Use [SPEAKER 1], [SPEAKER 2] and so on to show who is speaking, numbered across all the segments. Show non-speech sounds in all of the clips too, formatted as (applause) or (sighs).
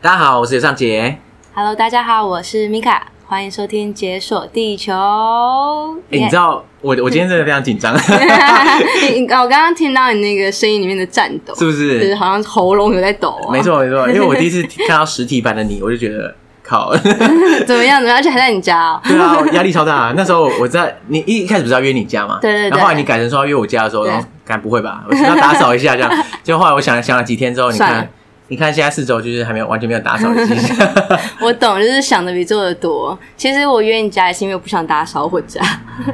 [SPEAKER 1] 大家好，我是刘尚杰。
[SPEAKER 2] Hello，大家好，我是米卡，欢迎收听《解锁地球》
[SPEAKER 1] 哎、你知道我我今天真的非常紧张， (laughs) 是
[SPEAKER 2] 耶 (laughs) 你你哦我刚刚听到你那个声音里面的颤抖，
[SPEAKER 1] 不
[SPEAKER 2] 就是
[SPEAKER 1] 是？
[SPEAKER 2] 好像喉咙有在抖、啊。
[SPEAKER 1] 没，错没错，因为我第一次看到实体版的你，我就觉得靠，
[SPEAKER 2] (laughs)
[SPEAKER 1] (laughs)
[SPEAKER 2] 怎么样？怎么样？而且还在你家、哦。
[SPEAKER 1] 对啊，压力超大。那时候我在你一一开始不是要约你家嘛，
[SPEAKER 2] 对对对
[SPEAKER 1] 然后后来你改成说要约我家的时候，
[SPEAKER 2] 对
[SPEAKER 1] 然后敢不会吧？我是要打扫一下这
[SPEAKER 2] (laughs)
[SPEAKER 1] 样。结果后来我想想了几天之后，你
[SPEAKER 2] 算
[SPEAKER 1] 看
[SPEAKER 2] 了
[SPEAKER 1] 你看现在四周就是还没有完全没有打扫的迹
[SPEAKER 2] (laughs)
[SPEAKER 1] 象。
[SPEAKER 2] 我懂，就是想的比做的多。其实我约你家也是因为我不想打扫我
[SPEAKER 1] (laughs)
[SPEAKER 2] 家。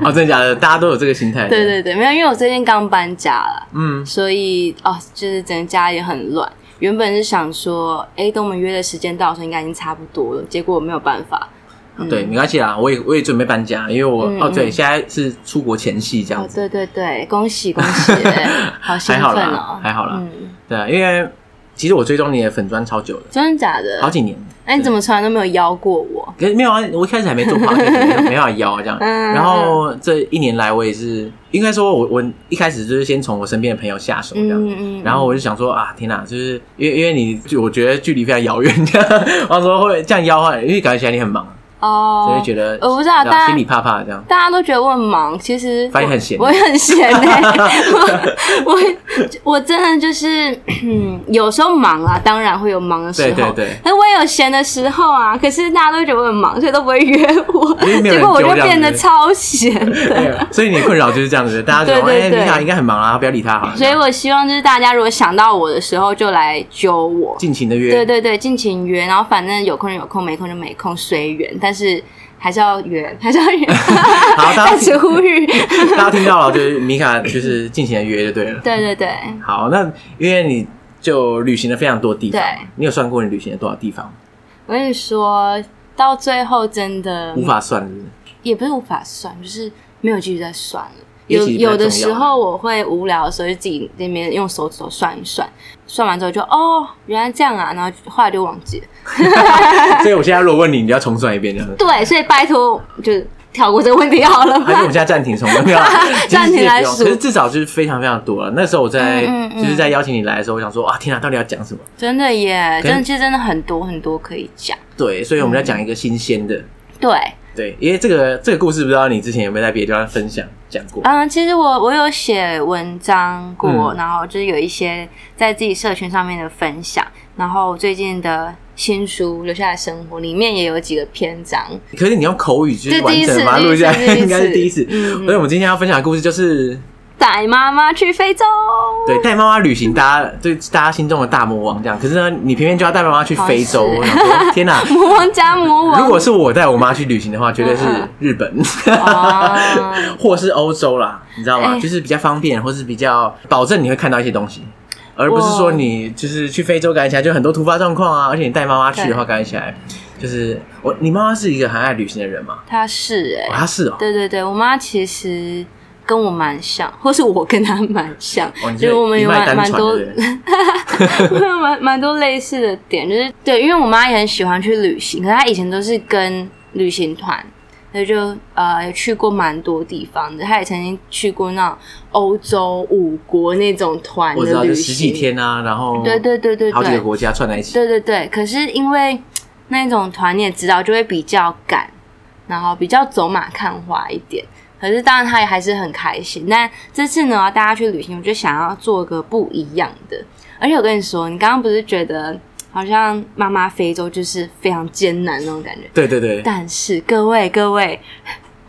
[SPEAKER 1] 哦，真的假的？大家都有这个心态。
[SPEAKER 2] 对，对对，没有，因为我最近刚搬家了，
[SPEAKER 1] 嗯，
[SPEAKER 2] 所以哦，就是整个家也很乱。原本是想说，哎，等我们约的时间到的时候，应该已经差不多了。结果我没有办法。嗯
[SPEAKER 1] 对，没关系啦，我也我也准备搬家，因为我、
[SPEAKER 2] 嗯
[SPEAKER 1] 哦对，
[SPEAKER 2] 嗯
[SPEAKER 1] 现在是出国前夕这样
[SPEAKER 2] 哦，
[SPEAKER 1] 子。
[SPEAKER 2] 对对对，恭喜恭喜，
[SPEAKER 1] (laughs)
[SPEAKER 2] 好兴
[SPEAKER 1] 还
[SPEAKER 2] 奋
[SPEAKER 1] 好
[SPEAKER 2] 哦
[SPEAKER 1] 啦，！还好啦，
[SPEAKER 2] 嗯，
[SPEAKER 1] 对啊，因为其实我追踪你的粉砖超久了，
[SPEAKER 2] 真的假
[SPEAKER 1] 好
[SPEAKER 2] 的？哎
[SPEAKER 1] 几年。
[SPEAKER 2] 那你怎么从来都没有邀过我？
[SPEAKER 1] 可是没有啊，我一开始还没做 p o d c a (laughs) 没办法邀啊这样。
[SPEAKER 2] 嗯
[SPEAKER 1] 然后这一年来，我也是应该说我，我一开始就是先从我身边的朋友下手这样。
[SPEAKER 2] 嗯
[SPEAKER 1] 然后我就想说啊，天哪，就是因为因为你，就我觉得距离非常遥远，这样， (laughs) 我想说会这样邀啊，因为感觉起来你很忙，
[SPEAKER 2] 哦，
[SPEAKER 1] 所以觉得
[SPEAKER 2] 我不知道
[SPEAKER 1] 你
[SPEAKER 2] 大家
[SPEAKER 1] 心里怕怕这样。
[SPEAKER 2] 大家都觉得我很忙，其实
[SPEAKER 1] 发现
[SPEAKER 2] 我
[SPEAKER 1] 很闲
[SPEAKER 2] 我也很
[SPEAKER 1] (laughs)
[SPEAKER 2] 闲呢、 (laughs) 我我我真的就是嗯有时候忙啊，当然会有忙的时候，
[SPEAKER 1] 对对对，
[SPEAKER 2] 那我也有闲的时候啊，可是大家都觉得我很忙，所以都不会约我，
[SPEAKER 1] 因为没有人
[SPEAKER 2] 结果我
[SPEAKER 1] 揪
[SPEAKER 2] 就
[SPEAKER 1] 这样
[SPEAKER 2] 变得
[SPEAKER 1] 子
[SPEAKER 2] 超闲的。
[SPEAKER 1] 对 (laughs) 所以你的困扰就是这样子，大家就说
[SPEAKER 2] 对对
[SPEAKER 1] 哎，
[SPEAKER 2] 对
[SPEAKER 1] 米卡应该很忙啊，不要理他好了。
[SPEAKER 2] 所以我希望就是大家如果想到我的时候，就来揪我。
[SPEAKER 1] 尽情的约，
[SPEAKER 2] 对对对，尽情约，然后反正有空就有空，没空就没空，随缘。但是还是要约，还是要约。
[SPEAKER 1] (laughs) 好大
[SPEAKER 2] (laughs)
[SPEAKER 1] 家
[SPEAKER 2] 再次呼吁。
[SPEAKER 1] 大家听到了，就是米卡就是尽情的约就对了。
[SPEAKER 2] 对对对，
[SPEAKER 1] 好，那因为你就旅行了非常多地方
[SPEAKER 2] 对，
[SPEAKER 1] 你有算过你旅行了多少地方？
[SPEAKER 2] 我跟你说，到最后真的
[SPEAKER 1] 无法算是不是 (laughs)
[SPEAKER 2] 也不是无法算，就是没有继续再算了。
[SPEAKER 1] 也
[SPEAKER 2] 有
[SPEAKER 1] 许比较
[SPEAKER 2] 有的
[SPEAKER 1] 重要
[SPEAKER 2] 时候我会无聊的时候，就自己那边用手指头算一算，算完之后就哦，原来这样啊，然后后来就忘记了。
[SPEAKER 1] 所以我现在如果问你，你就要重算一遍这样子。
[SPEAKER 2] 对，啊所以拜托就是跳过这个问题好了
[SPEAKER 1] 还是我
[SPEAKER 2] 吧
[SPEAKER 1] 们现。在暂停重算？没
[SPEAKER 2] (laughs)
[SPEAKER 1] 有啦，啊其实
[SPEAKER 2] 暂停
[SPEAKER 1] 也不
[SPEAKER 2] 来
[SPEAKER 1] 用
[SPEAKER 2] 数
[SPEAKER 1] 可是至少就是非常非常多了。那时候我在
[SPEAKER 2] 嗯嗯嗯
[SPEAKER 1] 就是在邀请你来的时候，我想说啊，天啊，到底要讲什么？
[SPEAKER 2] 真的耶，
[SPEAKER 1] 跟
[SPEAKER 2] 真的其实真的很多很多可以讲。
[SPEAKER 1] 对，所以我们要讲一个新鲜的。
[SPEAKER 2] 对，
[SPEAKER 1] 对，因为这个这个故事不知道你之前有没有在别的地方分享讲过？
[SPEAKER 2] 嗯，其实我我有写文章过，
[SPEAKER 1] 嗯
[SPEAKER 2] 然后就是有一些在自己社群上面的分享，然后最近的新书《留下来生活》里面也有几个篇章，
[SPEAKER 1] 可是你用口语就是
[SPEAKER 2] 这第
[SPEAKER 1] 完
[SPEAKER 2] 一次
[SPEAKER 1] 整把它
[SPEAKER 2] 第一
[SPEAKER 1] 录下
[SPEAKER 2] 次
[SPEAKER 1] 来，
[SPEAKER 2] 第一
[SPEAKER 1] 应该是
[SPEAKER 2] 次
[SPEAKER 1] 第一次。
[SPEAKER 2] 嗯嗯
[SPEAKER 1] 所以我们今天要分享的故事就是
[SPEAKER 2] 带妈妈去非洲，
[SPEAKER 1] 对，带妈妈旅行，大家对大家心中的大魔王这样。可是呢，你偏偏就要带妈妈去非洲，
[SPEAKER 2] 哦是
[SPEAKER 1] 我想说，天
[SPEAKER 2] (laughs)
[SPEAKER 1] 哪！
[SPEAKER 2] 魔王加魔王。
[SPEAKER 1] 如果是我带我妈去旅行的话，绝对是
[SPEAKER 2] 嗯嗯
[SPEAKER 1] 日本，
[SPEAKER 2] 哦
[SPEAKER 1] 或是欧洲啦，你知道吗？
[SPEAKER 2] 哎
[SPEAKER 1] 就是比较方便，或是比较保证你会看到一些东西，而不是说你就是去非洲赶起来就很多突发状况啊。而且你带妈妈去的话，赶起来就是我，你妈妈是一个很爱旅行的人嘛？
[SPEAKER 2] 他是哎、
[SPEAKER 1] 哦，她是哦，
[SPEAKER 2] 对对对，我妈其实跟我蛮像，或是我跟她蛮像，
[SPEAKER 1] 哦你是
[SPEAKER 2] 就是我们有
[SPEAKER 1] 一脉单
[SPEAKER 2] 蛮蛮
[SPEAKER 1] 传
[SPEAKER 2] 多
[SPEAKER 1] 的人
[SPEAKER 2] (laughs) 蛮蛮多类似的点，就是对，因为我妈也很喜欢去旅行，可是她以前都是跟旅行团，所以就呃去过蛮多地方的。她也曾经去过那种欧洲五国那种团
[SPEAKER 1] 我知道，
[SPEAKER 2] 的
[SPEAKER 1] 就
[SPEAKER 2] 旅
[SPEAKER 1] 十几
[SPEAKER 2] 行，
[SPEAKER 1] 天啊，然后
[SPEAKER 2] 对对对对
[SPEAKER 1] 好几个
[SPEAKER 2] 对，
[SPEAKER 1] 国家串在一起。
[SPEAKER 2] 对对对。可是因为那种团你也知道，就会比较赶，然后比较走马看花一点。可是当然，她也还是很开心。但这次呢，大家去旅行，我就想要做个不一样的。而且我跟你说，你刚刚不是觉得好像妈妈非洲就是非常艰难那种感觉？
[SPEAKER 1] 对对对，
[SPEAKER 2] 但是各位各位，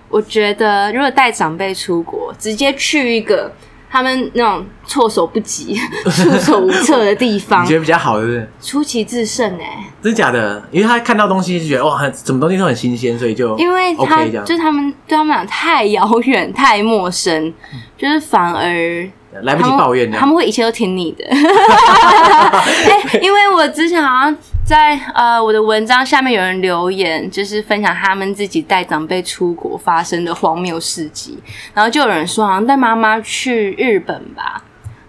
[SPEAKER 2] 我觉得如果带长辈出国，直接去一个他们那种措手不及、束手无策的地
[SPEAKER 1] (laughs)
[SPEAKER 2] 方
[SPEAKER 1] 你觉，得比较好，是不是？
[SPEAKER 2] 出奇制胜哎、
[SPEAKER 1] 真的假的？因为他看到东西就觉得哇，很什么东西都很新鲜，所以就
[SPEAKER 2] 因为他
[SPEAKER 1] 哦 OK 这样
[SPEAKER 2] 就是他们对他们俩太遥远、太陌生，
[SPEAKER 1] 嗯
[SPEAKER 2] 就是反而
[SPEAKER 1] 来不及
[SPEAKER 2] 他们
[SPEAKER 1] 抱怨这
[SPEAKER 2] 他
[SPEAKER 1] 样。
[SPEAKER 2] 们会一切都听你
[SPEAKER 1] (laughs)
[SPEAKER 2] 的。哎因为我之前好像在呃我的文章下面有人留言，就是分享他们自己带长辈出国发生的荒谬事迹，然后就有人说好像带妈妈去日本吧，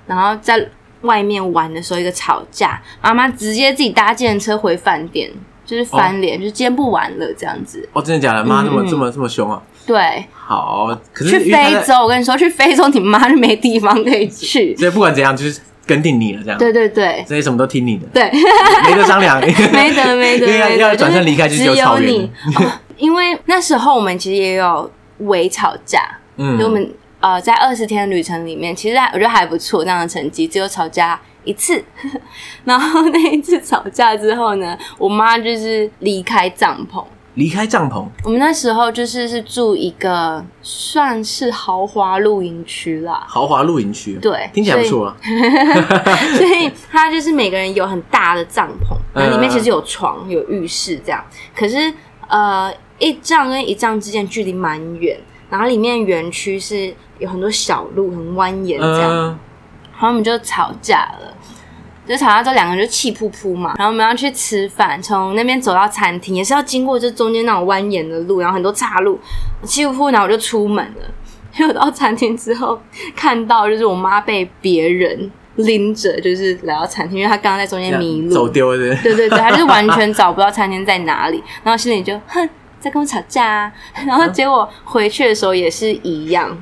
[SPEAKER 2] 然后在外面玩的时候一个吵架，妈妈直接自己搭计程车回饭店。就是
[SPEAKER 1] 哦
[SPEAKER 2] 翻脸，就是今天不玩了这样子。
[SPEAKER 1] 哦，真的假的？妈，这么
[SPEAKER 2] 嗯嗯
[SPEAKER 1] 这么这么凶啊！
[SPEAKER 2] 对，
[SPEAKER 1] 好，可是
[SPEAKER 2] 去
[SPEAKER 1] 因为他在
[SPEAKER 2] 非，洲，我跟你说，去非洲你妈就没地方可以去。
[SPEAKER 1] 所以不管怎样，就是跟定你了，这样，
[SPEAKER 2] 对对对
[SPEAKER 1] 所以什么都听你的，
[SPEAKER 2] 对， (laughs)
[SPEAKER 1] 没得商量，
[SPEAKER 2] 没得没
[SPEAKER 1] (laughs)
[SPEAKER 2] 得
[SPEAKER 1] 因为要
[SPEAKER 2] 没
[SPEAKER 1] 要
[SPEAKER 2] 得，
[SPEAKER 1] 转身离开就是
[SPEAKER 2] 只
[SPEAKER 1] 有
[SPEAKER 2] 有
[SPEAKER 1] 草原 (laughs)
[SPEAKER 2] 你、哦因为那时候我们其实也有微吵架，
[SPEAKER 1] 嗯
[SPEAKER 2] 就我们呃在二十天的旅程里面，其实还我觉得还不错那样的成绩，只有吵架一次。 (laughs) 然后那一次吵架之后呢，我妈就是离开帐篷。
[SPEAKER 1] 离开帐篷，
[SPEAKER 2] 我们那时候就是是住一个算是豪华露营区啦，
[SPEAKER 1] 豪华露营区，
[SPEAKER 2] 对
[SPEAKER 1] 听起来不错啊，
[SPEAKER 2] (laughs) 所以它就是每个人有很大的帐篷，
[SPEAKER 1] 嗯
[SPEAKER 2] 然后里面其实有床、有浴室这样。可是呃，一帐跟一帐之间距离蛮远，然后里面园区是有很多小路，很蜿蜒这样。
[SPEAKER 1] 嗯，
[SPEAKER 2] 然后我们就吵架了。就吵架之后，两个人就气噗噗嘛。然后我们要去吃饭，从那边走到餐厅，也是要经过这中间那种蜿蜒的路，然后很多岔路，气噗噗。然后我就出门了。 (laughs) 结果到餐厅之后，看到就是我妈被别人拎着，就是来到餐厅，因为她刚刚在中
[SPEAKER 1] 这
[SPEAKER 2] 间
[SPEAKER 1] 样
[SPEAKER 2] 迷
[SPEAKER 1] 走
[SPEAKER 2] 路。
[SPEAKER 1] 丢了是不是，
[SPEAKER 2] 对对对，她就是完全找不到餐厅在哪里，然后心里就哼，在跟我吵架啊。然后结果回去的时候也是一样，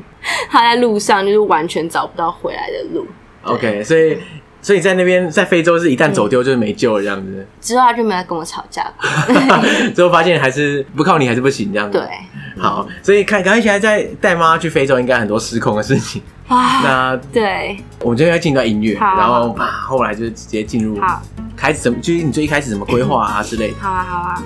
[SPEAKER 2] 她在路上就是完全找不到回来的路。
[SPEAKER 1] OK，所以所以在那边在非洲是一旦走丢就是没救了这样子，
[SPEAKER 2] 之后他就没有跟我吵架
[SPEAKER 1] 嗯
[SPEAKER 2] 过。
[SPEAKER 1] (laughs) 最后发现还是不靠你还是不行这样子。
[SPEAKER 2] 对，
[SPEAKER 1] 好，所以看刚才现在在带妈妈去非洲，应该很多失控的事情。
[SPEAKER 2] 啊，
[SPEAKER 1] 那
[SPEAKER 2] 对，
[SPEAKER 1] 我们就要进一段音乐，
[SPEAKER 2] 好
[SPEAKER 1] 然后啊，后来就直接进入
[SPEAKER 2] 好，
[SPEAKER 1] 开始怎么，就是你最一开始怎么规划啊之类
[SPEAKER 2] (coughs)
[SPEAKER 1] 的。
[SPEAKER 2] 好啊，好啊。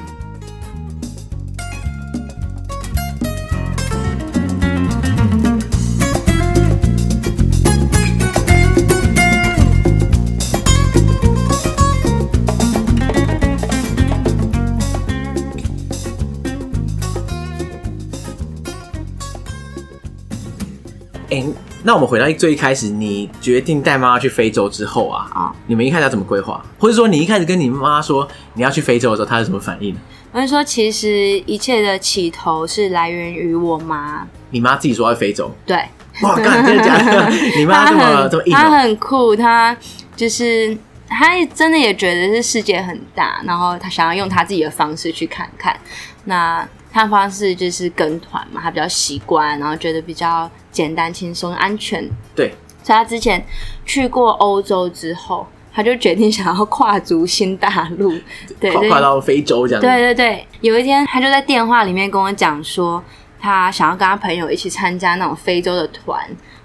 [SPEAKER 1] 哎、那我们回到最一开始，你决定带妈妈去非洲之后啊，
[SPEAKER 2] 啊
[SPEAKER 1] 你们一开始要怎么规划，或者说你一开始跟你妈说你要去非洲的时候，她是什么反应？
[SPEAKER 2] 我是说，其实一切的起头是来源于我妈，
[SPEAKER 1] 你妈自己说要去非洲，
[SPEAKER 2] 对， (laughs)
[SPEAKER 1] 哇，干真的假的？你妈这么
[SPEAKER 2] 很
[SPEAKER 1] 这么硬
[SPEAKER 2] 她
[SPEAKER 1] 哦、
[SPEAKER 2] 很酷，她就是她真的也觉得是世界很大，然后她想要用她自己的方式去看看。那她的方式就是跟团嘛，她比较习惯，然后觉得比较简单、轻松、安全
[SPEAKER 1] 对，
[SPEAKER 2] 所以他之前去过欧洲之后，他就决定想要跨足新大陆，对，
[SPEAKER 1] 跨
[SPEAKER 2] 所以
[SPEAKER 1] 跨到非洲这样子。
[SPEAKER 2] 对对对。有一天，他就在电话里面跟我讲说，他想要跟他朋友一起参加那种非洲的团，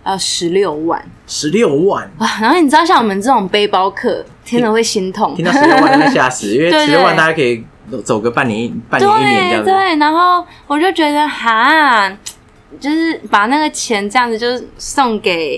[SPEAKER 2] 要十六万
[SPEAKER 1] 十六万，
[SPEAKER 2] 啊！然后你知道，像我们这种背包客，听了会心痛
[SPEAKER 1] 听。到十六万真的吓死，因为
[SPEAKER 2] 对
[SPEAKER 1] 十
[SPEAKER 2] 对
[SPEAKER 1] 六万大家可以走个半年、半年一年这样
[SPEAKER 2] (laughs) 对
[SPEAKER 1] 子。
[SPEAKER 2] 对，然后我就觉得哈，就是把那个钱这样子就是送给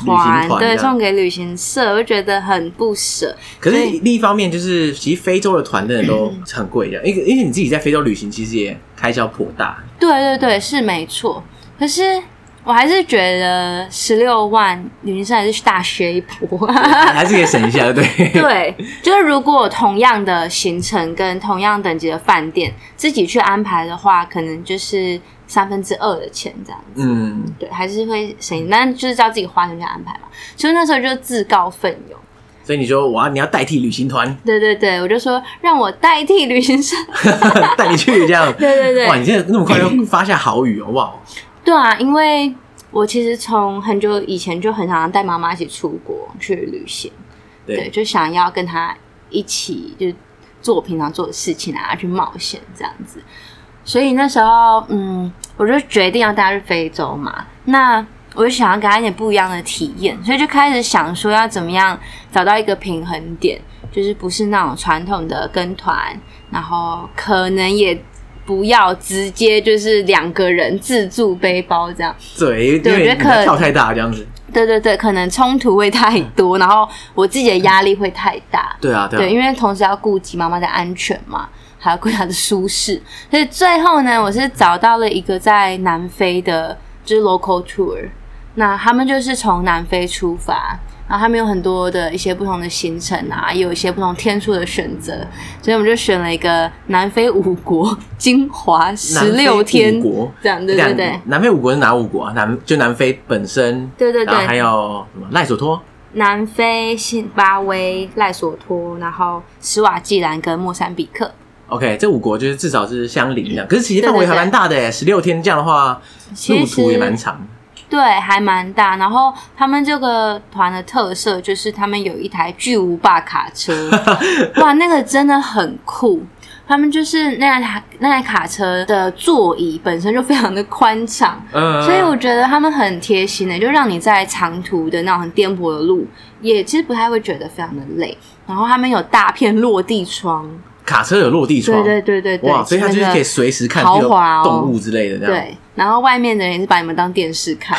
[SPEAKER 1] 旅
[SPEAKER 2] 团，
[SPEAKER 1] 行团这
[SPEAKER 2] 对，
[SPEAKER 1] 样
[SPEAKER 2] 送给旅行社，我就觉得很不舍。
[SPEAKER 1] 可是
[SPEAKER 2] 对
[SPEAKER 1] 另一方面，就是其实非洲的团真的都很贵的，因为因为你自己在非洲旅行，其实也开销颇
[SPEAKER 2] (laughs)
[SPEAKER 1] 大。
[SPEAKER 2] 对对对，是没错。可是我还是觉得十六万旅行社还是去大学一波。
[SPEAKER 1] 还是可以省一
[SPEAKER 2] (laughs)
[SPEAKER 1] 下，对不对？
[SPEAKER 2] 对，就是如果同样的行程跟同样等级的饭店自己去安排的话，可能就是三分之二的钱这样子。
[SPEAKER 1] 嗯，
[SPEAKER 2] 对，还是会省，但就是要自己花钱去安排嘛。所以那时候就自告奋勇，
[SPEAKER 1] 所以你说我要你要代替旅行团 (laughs)
[SPEAKER 2] 对对对，我就说让我代替旅行社。
[SPEAKER 1] 带你去这样，
[SPEAKER 2] 对 (laughs) 对对
[SPEAKER 1] 哇，你现在那么快就发下好雨哦，哇，
[SPEAKER 2] 对啊，因为我其实从很久以前就很想带妈妈一起出国去旅行，
[SPEAKER 1] 对
[SPEAKER 2] 对，就想要跟她一起就做平常做的事情啊，去冒险这样子。所以那时候，嗯，我就决定要带她去非洲嘛。那我就想要给她一点不一样的体验，所以就开始想说要怎么样找到一个平衡点，就是不是那种传统的跟团，然后可能也不要直接就是两个人自助背包这样。
[SPEAKER 1] 对，因
[SPEAKER 2] 对我觉
[SPEAKER 1] 为
[SPEAKER 2] 得
[SPEAKER 1] 你
[SPEAKER 2] 可
[SPEAKER 1] 的跳太大这样子，
[SPEAKER 2] 对对对，可能冲突会太多，然后我自己的压力会太大。
[SPEAKER 1] 对啊，对
[SPEAKER 2] 对，
[SPEAKER 1] 啊，
[SPEAKER 2] 因为同时要顾及妈妈的安全嘛， (laughs) 还要顾及她的舒适。所以最后呢，我是找到了一个在南非的，就是 local tour。那他们就是从南非出发，然后他们有很多的一些不同的行程啊，也有一些不同天数的选择，所以我们就选了一个南非五国精华十六天
[SPEAKER 1] 南非五国，
[SPEAKER 2] 这样对对对
[SPEAKER 1] 两，南非五国是哪五国啊？南就南非本身，
[SPEAKER 2] 对对
[SPEAKER 1] 然
[SPEAKER 2] 对
[SPEAKER 1] 后还有什么赖索托，
[SPEAKER 2] 南非、辛巴威、赖索托，然后斯瓦季兰跟莫桑比克，
[SPEAKER 1] OK，这五国就是至少是相邻这样，可是其实范围
[SPEAKER 2] 嗯对对对
[SPEAKER 1] 还蛮大的诶，十六天这样的话，
[SPEAKER 2] 其
[SPEAKER 1] 路
[SPEAKER 2] 实
[SPEAKER 1] 途也蛮长。
[SPEAKER 2] 对，还蛮大。然后他们这个团的特色就是他们有一台巨无霸卡
[SPEAKER 1] (laughs)
[SPEAKER 2] 车，哇，那个真的很酷。他们就是那台那台卡车的座椅本身就非常的宽敞，
[SPEAKER 1] 嗯，
[SPEAKER 2] 所以我觉得他们很贴心欸的，就让你在长途的那种很颠簸的路，也其实不太会觉得非常的累。然后他们有大片落地窗，
[SPEAKER 1] 卡车有落地窗，
[SPEAKER 2] 对对对对对，
[SPEAKER 1] 哇，所以它就是可以随时看
[SPEAKER 2] 豪华哦
[SPEAKER 1] 动物之类的这样。
[SPEAKER 2] 对，然后外面的人也是把你们当电视
[SPEAKER 1] (laughs)
[SPEAKER 2] 看，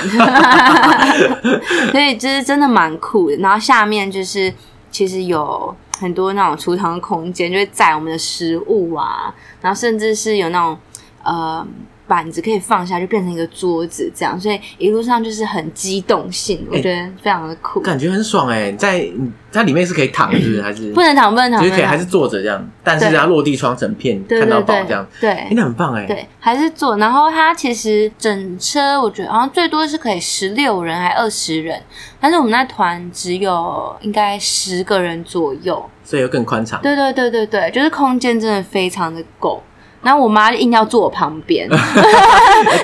[SPEAKER 2] 所以就是真的蛮酷的。然后下面就是其实有很多那种储藏的空间，就会载我们的食物啊，然后甚至是有那种呃板子可以放下，就变成一个桌子这样，所以一路上就是很机动性，
[SPEAKER 1] 哎
[SPEAKER 2] 我觉得非常的酷。
[SPEAKER 1] 感觉很爽哎、在嗯它里面是可以躺，是不
[SPEAKER 2] (coughs)
[SPEAKER 1] 是？还是
[SPEAKER 2] 不能躺，不能躺，
[SPEAKER 1] 就是
[SPEAKER 2] 不
[SPEAKER 1] 可以
[SPEAKER 2] 能
[SPEAKER 1] 还
[SPEAKER 2] 躺
[SPEAKER 1] 是坐着这样，但是
[SPEAKER 2] 对
[SPEAKER 1] 它落地窗整片
[SPEAKER 2] 对
[SPEAKER 1] 看到
[SPEAKER 2] 对
[SPEAKER 1] 饱
[SPEAKER 2] 对
[SPEAKER 1] 这样，哎、
[SPEAKER 2] 对。
[SPEAKER 1] 那很棒哎、
[SPEAKER 2] 对，还是坐。然后它其实整车我觉得好像最多是可以十六人还二十人，但是我们那团只有应该十个人左右。
[SPEAKER 1] 所以又更宽敞。
[SPEAKER 2] 对对对对对，就是空间真的非常的够。然后我妈就硬要坐我旁
[SPEAKER 1] (laughs)
[SPEAKER 2] 边，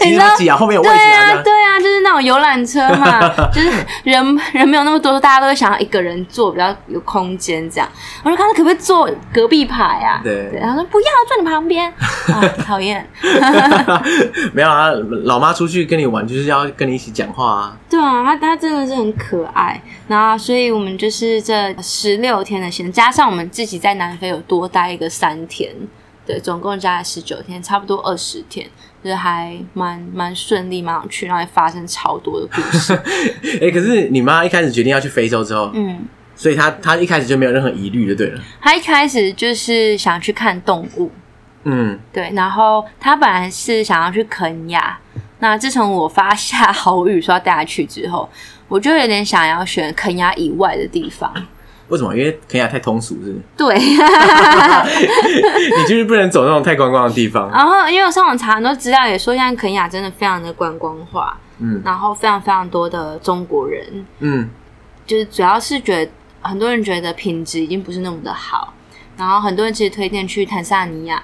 [SPEAKER 1] 挤什么挤啊？后面有位
[SPEAKER 2] 对
[SPEAKER 1] 置啊，这
[SPEAKER 2] 啊
[SPEAKER 1] 样
[SPEAKER 2] 对啊，就是那种游览车
[SPEAKER 1] (laughs)
[SPEAKER 2] 嘛，就是人人没有那么多，大家都会想要一个人坐比较有空间这样。我就看他可不可以坐隔壁排啊？
[SPEAKER 1] 对
[SPEAKER 2] 对，他说不要坐你旁边，啊，讨厌。
[SPEAKER 1] (laughs) 没有啊，老妈出去跟你玩就是要跟你一起讲话啊。
[SPEAKER 2] 对啊，他他真的是很可爱。那所以我们就是这十六天的行程，加上我们自己在南非有多待一个三天，对，总共加了十九天，差不多二十天，就是还蛮蛮顺利，蛮有趣，然后也发生超多的故事。
[SPEAKER 1] (laughs) 哎、可是你妈一开始决定要去非洲之后，
[SPEAKER 2] 嗯，
[SPEAKER 1] 所以她她一开始就没有任何疑虑就对了。
[SPEAKER 2] 他一开始就是想去看动物，
[SPEAKER 1] 嗯，
[SPEAKER 2] 对，然后他本来是想要去肯亚，那自从我发下豪语说要带他去之后，我就有点想要选肯亚以外的地方。
[SPEAKER 1] 为什么？因为肯亚太通俗，是不是？ (laughs)
[SPEAKER 2] 对。 (laughs)
[SPEAKER 1] 你就是不能走那种太观光的地
[SPEAKER 2] (laughs)
[SPEAKER 1] 方。
[SPEAKER 2] 然后因为我上网查很多资料，也说现在肯亚真的非常的观光化，
[SPEAKER 1] 嗯
[SPEAKER 2] 然后非常非常多的中国人，
[SPEAKER 1] 嗯，
[SPEAKER 2] 就是主要是觉得很多人觉得品质已经不是那么的好，然后很多人其实推荐去坦桑尼亚。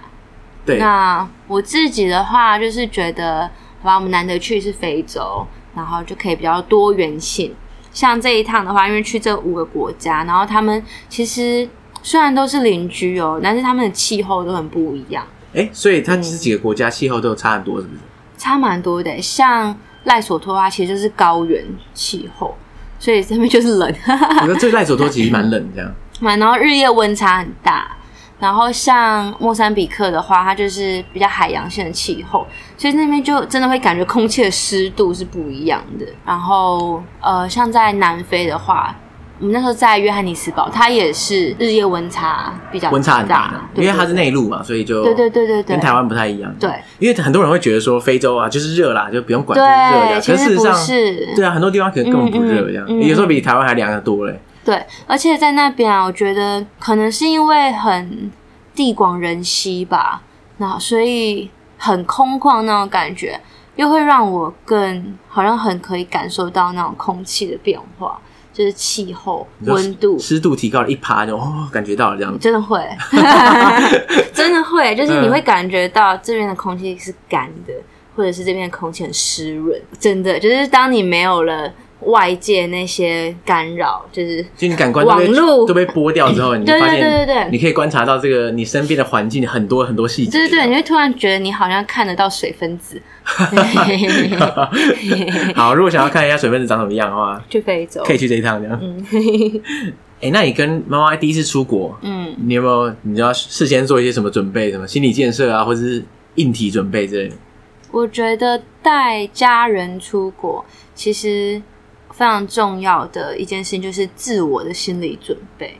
[SPEAKER 1] 对，
[SPEAKER 2] 那我自己的话就是觉得，好吧，我们难得去一次非洲，然后就可以比较多元性。像这一趟的话，因为去这五个国家，然后他们其实虽然都是邻居哦，但是他们的气候都很不一样。
[SPEAKER 1] 哎、所以它
[SPEAKER 2] 嗯
[SPEAKER 1] 这几个国家气候都有差很多，是不是？
[SPEAKER 2] 差蛮多的。像赖索托啊，其实就是高原气候，所以这边就是冷， (laughs)
[SPEAKER 1] 我觉得这赖索托其实蛮冷，这样。
[SPEAKER 2] 嘛然后日夜温差很大。然后像莫桑比克的话，它就是比较海洋性的气候，所以那边就真的会感觉空气的湿度是不一样的。然后呃，像在南非的话，我们那时候在约翰尼斯堡，它也是日夜温差比较
[SPEAKER 1] 温差很大
[SPEAKER 2] 大，
[SPEAKER 1] 的，因为它是
[SPEAKER 2] 那
[SPEAKER 1] 内陆嘛，所以就
[SPEAKER 2] 对对对对对
[SPEAKER 1] 跟台湾不太一样。
[SPEAKER 2] 对，
[SPEAKER 1] 因为很多人会觉得说非洲啊就是热啦，就不用管就是热这
[SPEAKER 2] 对，
[SPEAKER 1] 样。
[SPEAKER 2] 其
[SPEAKER 1] 可是事
[SPEAKER 2] 实
[SPEAKER 1] 实
[SPEAKER 2] 不
[SPEAKER 1] 上，
[SPEAKER 2] 是，
[SPEAKER 1] 对啊，很多地方可能根本不热这样，
[SPEAKER 2] 嗯嗯嗯
[SPEAKER 1] 有时候比台湾还凉得多嘞。
[SPEAKER 2] 对，而且在那边啊，我觉得可能是因为很地广人稀吧，那所以很空旷那种感觉，又会让我更好像很可以感受到那种空气的变化，就是气候、
[SPEAKER 1] 你知道
[SPEAKER 2] 温度，
[SPEAKER 1] 湿度提高了一趴，就哦感觉到了这样。
[SPEAKER 2] 真的会，真的会，就是你会感觉到这边的空气是干的，或者是这边的空气很湿润，真的就是当你没有了外界那些干扰，就是
[SPEAKER 1] 就你感官都被
[SPEAKER 2] 网络
[SPEAKER 1] 都被剥掉之后，你就发现
[SPEAKER 2] 对对对对对
[SPEAKER 1] 你可以观察到这个你身边的环境很多很多细节。
[SPEAKER 2] 对对对，你 (laughs) 会突然觉得你好像看得到水分子，
[SPEAKER 1] (laughs) 好，如果想要看一下水分子长什么样的话，
[SPEAKER 2] 去非洲，
[SPEAKER 1] 可以去这一趟这样。 (laughs)
[SPEAKER 2] 嗯
[SPEAKER 1] 哎、那你跟妈妈第一次出国，
[SPEAKER 2] 嗯，
[SPEAKER 1] 你有没有你就要事先做一些什么准备，什么心理建设啊，或者是硬体准备之类的？
[SPEAKER 2] 我觉得带家人出国其实非常重要的一件事情就是自我的心理准备，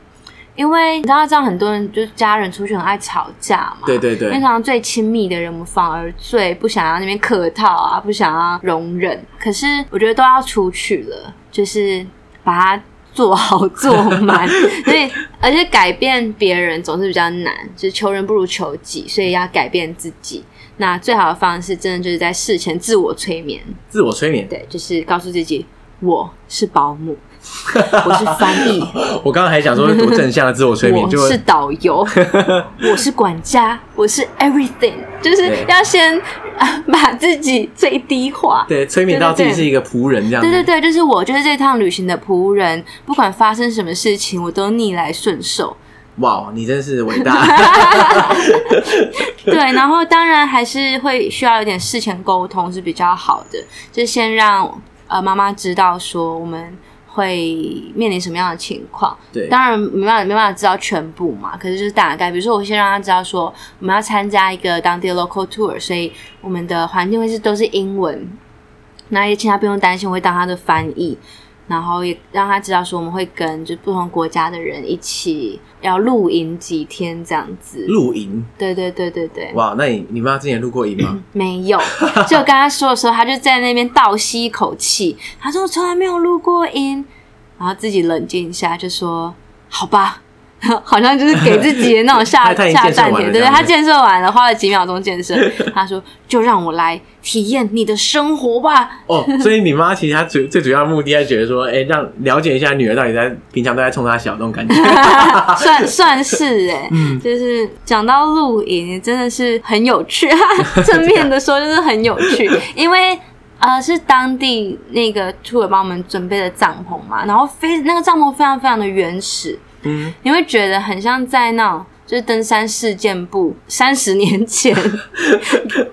[SPEAKER 2] 因为你知道，这样很多人就是家人出去很爱吵架嘛，
[SPEAKER 1] 对对对
[SPEAKER 2] 因为，常常最亲密的人，我们反而最不想要那边客套啊，不想要容忍。可是我觉得都要出去了，就是把它做好做满。所以，而且改变别人总是比较难，就是求人不如求己，所以要改变自己。那最好的方式，真的就是在事前自我催眠，
[SPEAKER 1] 自我催眠。
[SPEAKER 2] 对，就是告诉自己我是保姆，我是翻译，
[SPEAKER 1] 我刚刚还想说
[SPEAKER 2] (laughs)
[SPEAKER 1] 是多正向的自我催眠，就 (laughs)
[SPEAKER 2] 我是导游，我是管家，我是 everything，就是
[SPEAKER 1] 对
[SPEAKER 2] 要先啊把自己最低化。
[SPEAKER 1] 对，催眠到自己
[SPEAKER 2] 对对对
[SPEAKER 1] 是一个仆人这样子。
[SPEAKER 2] 对对对，就是我，就是这趟旅行的仆人，不管发生什么事情，我都逆来顺受。 (laughs)
[SPEAKER 1] 哇，你真是伟大！
[SPEAKER 2] 对，然后当然还是会需要有点事前沟通是比较好的，就先让呃妈妈知道说我们会面临什么样的情况。
[SPEAKER 1] 对，
[SPEAKER 2] 当然没办法没办法知道全部嘛，可是就是大概，比如说我先让他知道说我们要参加一个当地的 local tour，所以我们的环境会是都是英文，那也请他不用担心，我会当他的翻译，然后也让他知道说我们会跟就不同国家的人一起要露营几天这样子。
[SPEAKER 1] 露营，
[SPEAKER 2] 对对对对对，
[SPEAKER 1] 哇，那你你妈之前露过营吗？
[SPEAKER 2] 没
[SPEAKER 1] (laughs)
[SPEAKER 2] 有，就我跟他说的时候，他就在那边倒吸一口气，他说我从来没有录过音，然后自己冷静一下，就说好吧， (laughs) 好像就是给自己的那种下
[SPEAKER 1] (laughs) 他他已经
[SPEAKER 2] 下
[SPEAKER 1] 健身
[SPEAKER 2] 蛋
[SPEAKER 1] 完了
[SPEAKER 2] 点，
[SPEAKER 1] 这
[SPEAKER 2] 对对，
[SPEAKER 1] 样子
[SPEAKER 2] 他健身完了，花了几秒钟
[SPEAKER 1] (laughs)
[SPEAKER 2] 健身，他说就让我来体验你的生
[SPEAKER 1] (laughs)
[SPEAKER 2] 活吧，
[SPEAKER 1] 哦，所以你妈其实她主最主要的目的，她觉得说，哎、让了解一下女儿到底在平常都在冲她小那种感
[SPEAKER 2] (laughs)
[SPEAKER 1] 觉。嗯
[SPEAKER 2] 算算是哎、就是讲到露营，真的是很有趣， (laughs) 正面的说就是很有
[SPEAKER 1] (laughs)
[SPEAKER 2] 趣，因为。呃，是当地那个 tour 帮我们准备的帐篷嘛，然后非那个帐篷非常非常的原始，
[SPEAKER 1] 嗯，
[SPEAKER 2] 你会觉得很像在那种就是登山事件部三十年
[SPEAKER 1] (laughs)
[SPEAKER 2] 前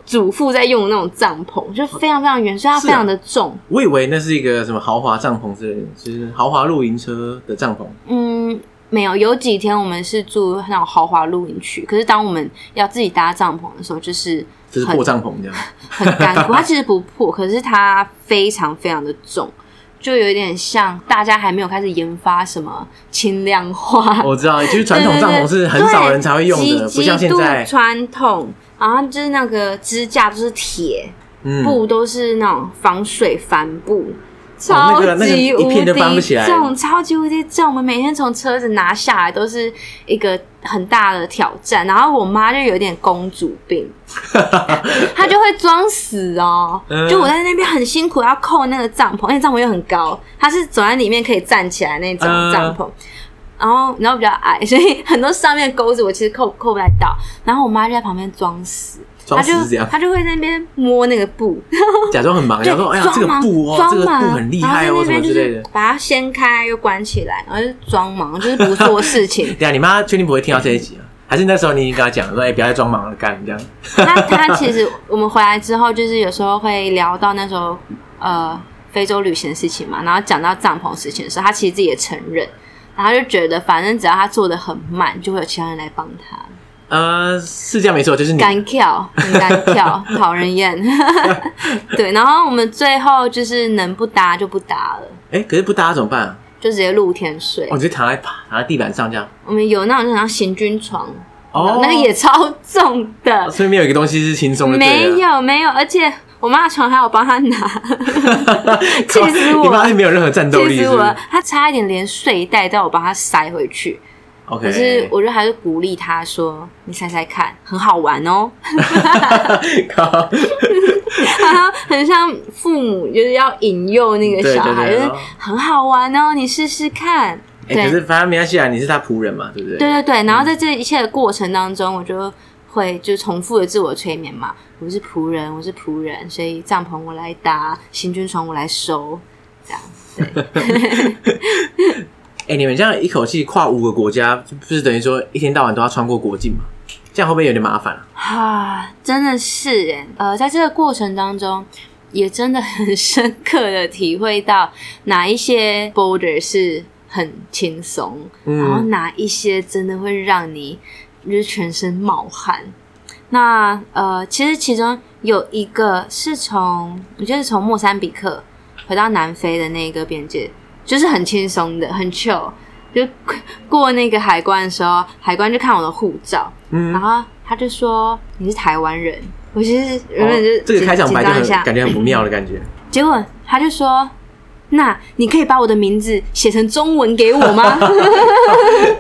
[SPEAKER 2] 祖父在用的那种帐篷，就非常非常原始，所以它
[SPEAKER 1] 是
[SPEAKER 2] 非
[SPEAKER 1] 啊
[SPEAKER 2] 常的重。
[SPEAKER 1] 我以为那是一个什么豪华帐篷之类的，就是豪华露营车的帐篷。
[SPEAKER 2] 嗯，没有，有几天我们是住那种豪华露营区，可是当我们要自己搭帐篷的时候，就是
[SPEAKER 1] 就是
[SPEAKER 2] 很
[SPEAKER 1] 破帐篷
[SPEAKER 2] (laughs)
[SPEAKER 1] 这样，
[SPEAKER 2] 很干枯。它其实不破，可是它非常非常的重，就有点像大家还没有开始研发什么轻量化。
[SPEAKER 1] 我知道，就是哦传统帐篷是很少人才会用
[SPEAKER 2] 对
[SPEAKER 1] 的，
[SPEAKER 2] 极
[SPEAKER 1] 不像现
[SPEAKER 2] 极
[SPEAKER 1] 在
[SPEAKER 2] 度，传统，然后就是那个支架都是铁，
[SPEAKER 1] 嗯，
[SPEAKER 2] 布都是那种防水帆布，
[SPEAKER 1] 哦那
[SPEAKER 2] 超
[SPEAKER 1] 个那个
[SPEAKER 2] 级
[SPEAKER 1] 一
[SPEAKER 2] 无
[SPEAKER 1] 片
[SPEAKER 2] 敌
[SPEAKER 1] 都搬不起来
[SPEAKER 2] 重，超级无敌重。我们每天从车子拿下来都是一个很大的挑战。然后我妈就有点公主
[SPEAKER 1] (laughs)
[SPEAKER 2] 病，她就会装死哦。
[SPEAKER 1] 嗯
[SPEAKER 2] 就我在那边很辛苦要扣那个帐篷，而且帐篷又很高，她是走在里面可以站起来那种
[SPEAKER 1] 嗯
[SPEAKER 2] 帐篷。然后，然后比较矮，所以很多上面的钩子我其实扣扣不太到。然后我妈就在旁边装死，
[SPEAKER 1] 装死
[SPEAKER 2] 她
[SPEAKER 1] 是这
[SPEAKER 2] 就
[SPEAKER 1] 样，
[SPEAKER 2] 她就会在那边摸那个布，
[SPEAKER 1] 假装很忙，
[SPEAKER 2] 对
[SPEAKER 1] 假装哎呀这个
[SPEAKER 2] 装忙
[SPEAKER 1] 布哦，
[SPEAKER 2] 装
[SPEAKER 1] 这个
[SPEAKER 2] 忙
[SPEAKER 1] 布很厉害
[SPEAKER 2] 然
[SPEAKER 1] 哦，
[SPEAKER 2] 后
[SPEAKER 1] 什
[SPEAKER 2] 在
[SPEAKER 1] 么
[SPEAKER 2] 那
[SPEAKER 1] 之
[SPEAKER 2] 边
[SPEAKER 1] 类的。
[SPEAKER 2] 就是。把它掀开又关起来，然后就是装忙，就是不做事情
[SPEAKER 1] (laughs) 对啊，你妈确定不会听到这一集啊？还是那时候你已经跟她讲了说，哎、不要再装忙了，干这样。
[SPEAKER 2] 那他其实我们回来之后，就是有时候会聊到那时候呃非洲旅行的事情嘛，然后讲到帐篷事情的时候，他其实自己也承认，然后他就觉得反正只要他做的很慢，就会有其他人来帮他，
[SPEAKER 1] 呃，是这样没错，就是你
[SPEAKER 2] (laughs) 干跳，很干跳，讨人厌。 (laughs) 对，然后我们最后就是能不搭就不搭了，
[SPEAKER 1] 哎、可是不搭怎么办啊？
[SPEAKER 2] 就直接露天睡。
[SPEAKER 1] 哦，你就躺在趴躺在地板上这样。
[SPEAKER 2] 我们有那种就像行军床，
[SPEAKER 1] 哦，
[SPEAKER 2] 那个也超重的，
[SPEAKER 1] 所以没有一个东西是轻松的，
[SPEAKER 2] 没
[SPEAKER 1] 对啊。
[SPEAKER 2] 有没有，而且我妈的床还有帮她拿，
[SPEAKER 1] (laughs)
[SPEAKER 2] 气死
[SPEAKER 1] 你妈
[SPEAKER 2] 我，
[SPEAKER 1] 是没有任何战斗
[SPEAKER 2] 气
[SPEAKER 1] 力是
[SPEAKER 2] 死
[SPEAKER 1] 不
[SPEAKER 2] 我
[SPEAKER 1] 是
[SPEAKER 2] 了，她差一点连睡袋都要我帮她塞回去，
[SPEAKER 1] ？OK，
[SPEAKER 2] 可是我就还是鼓励她说：“你猜猜看，很好玩哦。 (laughs)
[SPEAKER 1] (laughs) 靠”
[SPEAKER 2] 她很像父母就是要引诱那个
[SPEAKER 1] 对
[SPEAKER 2] 小
[SPEAKER 1] 对
[SPEAKER 2] 孩，
[SPEAKER 1] 对
[SPEAKER 2] 就是
[SPEAKER 1] 哦
[SPEAKER 2] 很好玩哦，你试试看。
[SPEAKER 1] 哎、可是反正没关系啊，你是他仆人嘛，对不对？
[SPEAKER 2] 对对对，然后在这一切的过程当中，我就会就重复的自我催眠嘛，我是仆人，我是仆人，所以帐篷我来搭，行军床我来收，这样。
[SPEAKER 1] 哎、你们这样一口气跨五个国家，不是等于说一天到晚都要穿过国境吗？这样会不会有点麻烦啊？
[SPEAKER 2] 啊，真的是耶呃，在这个过程当中，也真的很深刻的体会到哪一些 border 是很轻松，
[SPEAKER 1] 嗯
[SPEAKER 2] 然后哪一些真的会让你就是全身冒汗。那呃，其实其中有一个是从，我觉得是从莫桑比克回到南非的那个边界，就是很轻松的，很 chill。就过那个海关的时候，海关就看我的护照，然
[SPEAKER 1] 嗯，
[SPEAKER 2] 后他就说你是台湾人，我其实原本就
[SPEAKER 1] 哦
[SPEAKER 2] 是
[SPEAKER 1] 这个开场白就
[SPEAKER 2] 紧张一
[SPEAKER 1] 很
[SPEAKER 2] 下，
[SPEAKER 1] 感觉很不妙的感觉。
[SPEAKER 2] 结果他就说那你可以把我的名字写成中文给我吗？
[SPEAKER 1] (laughs)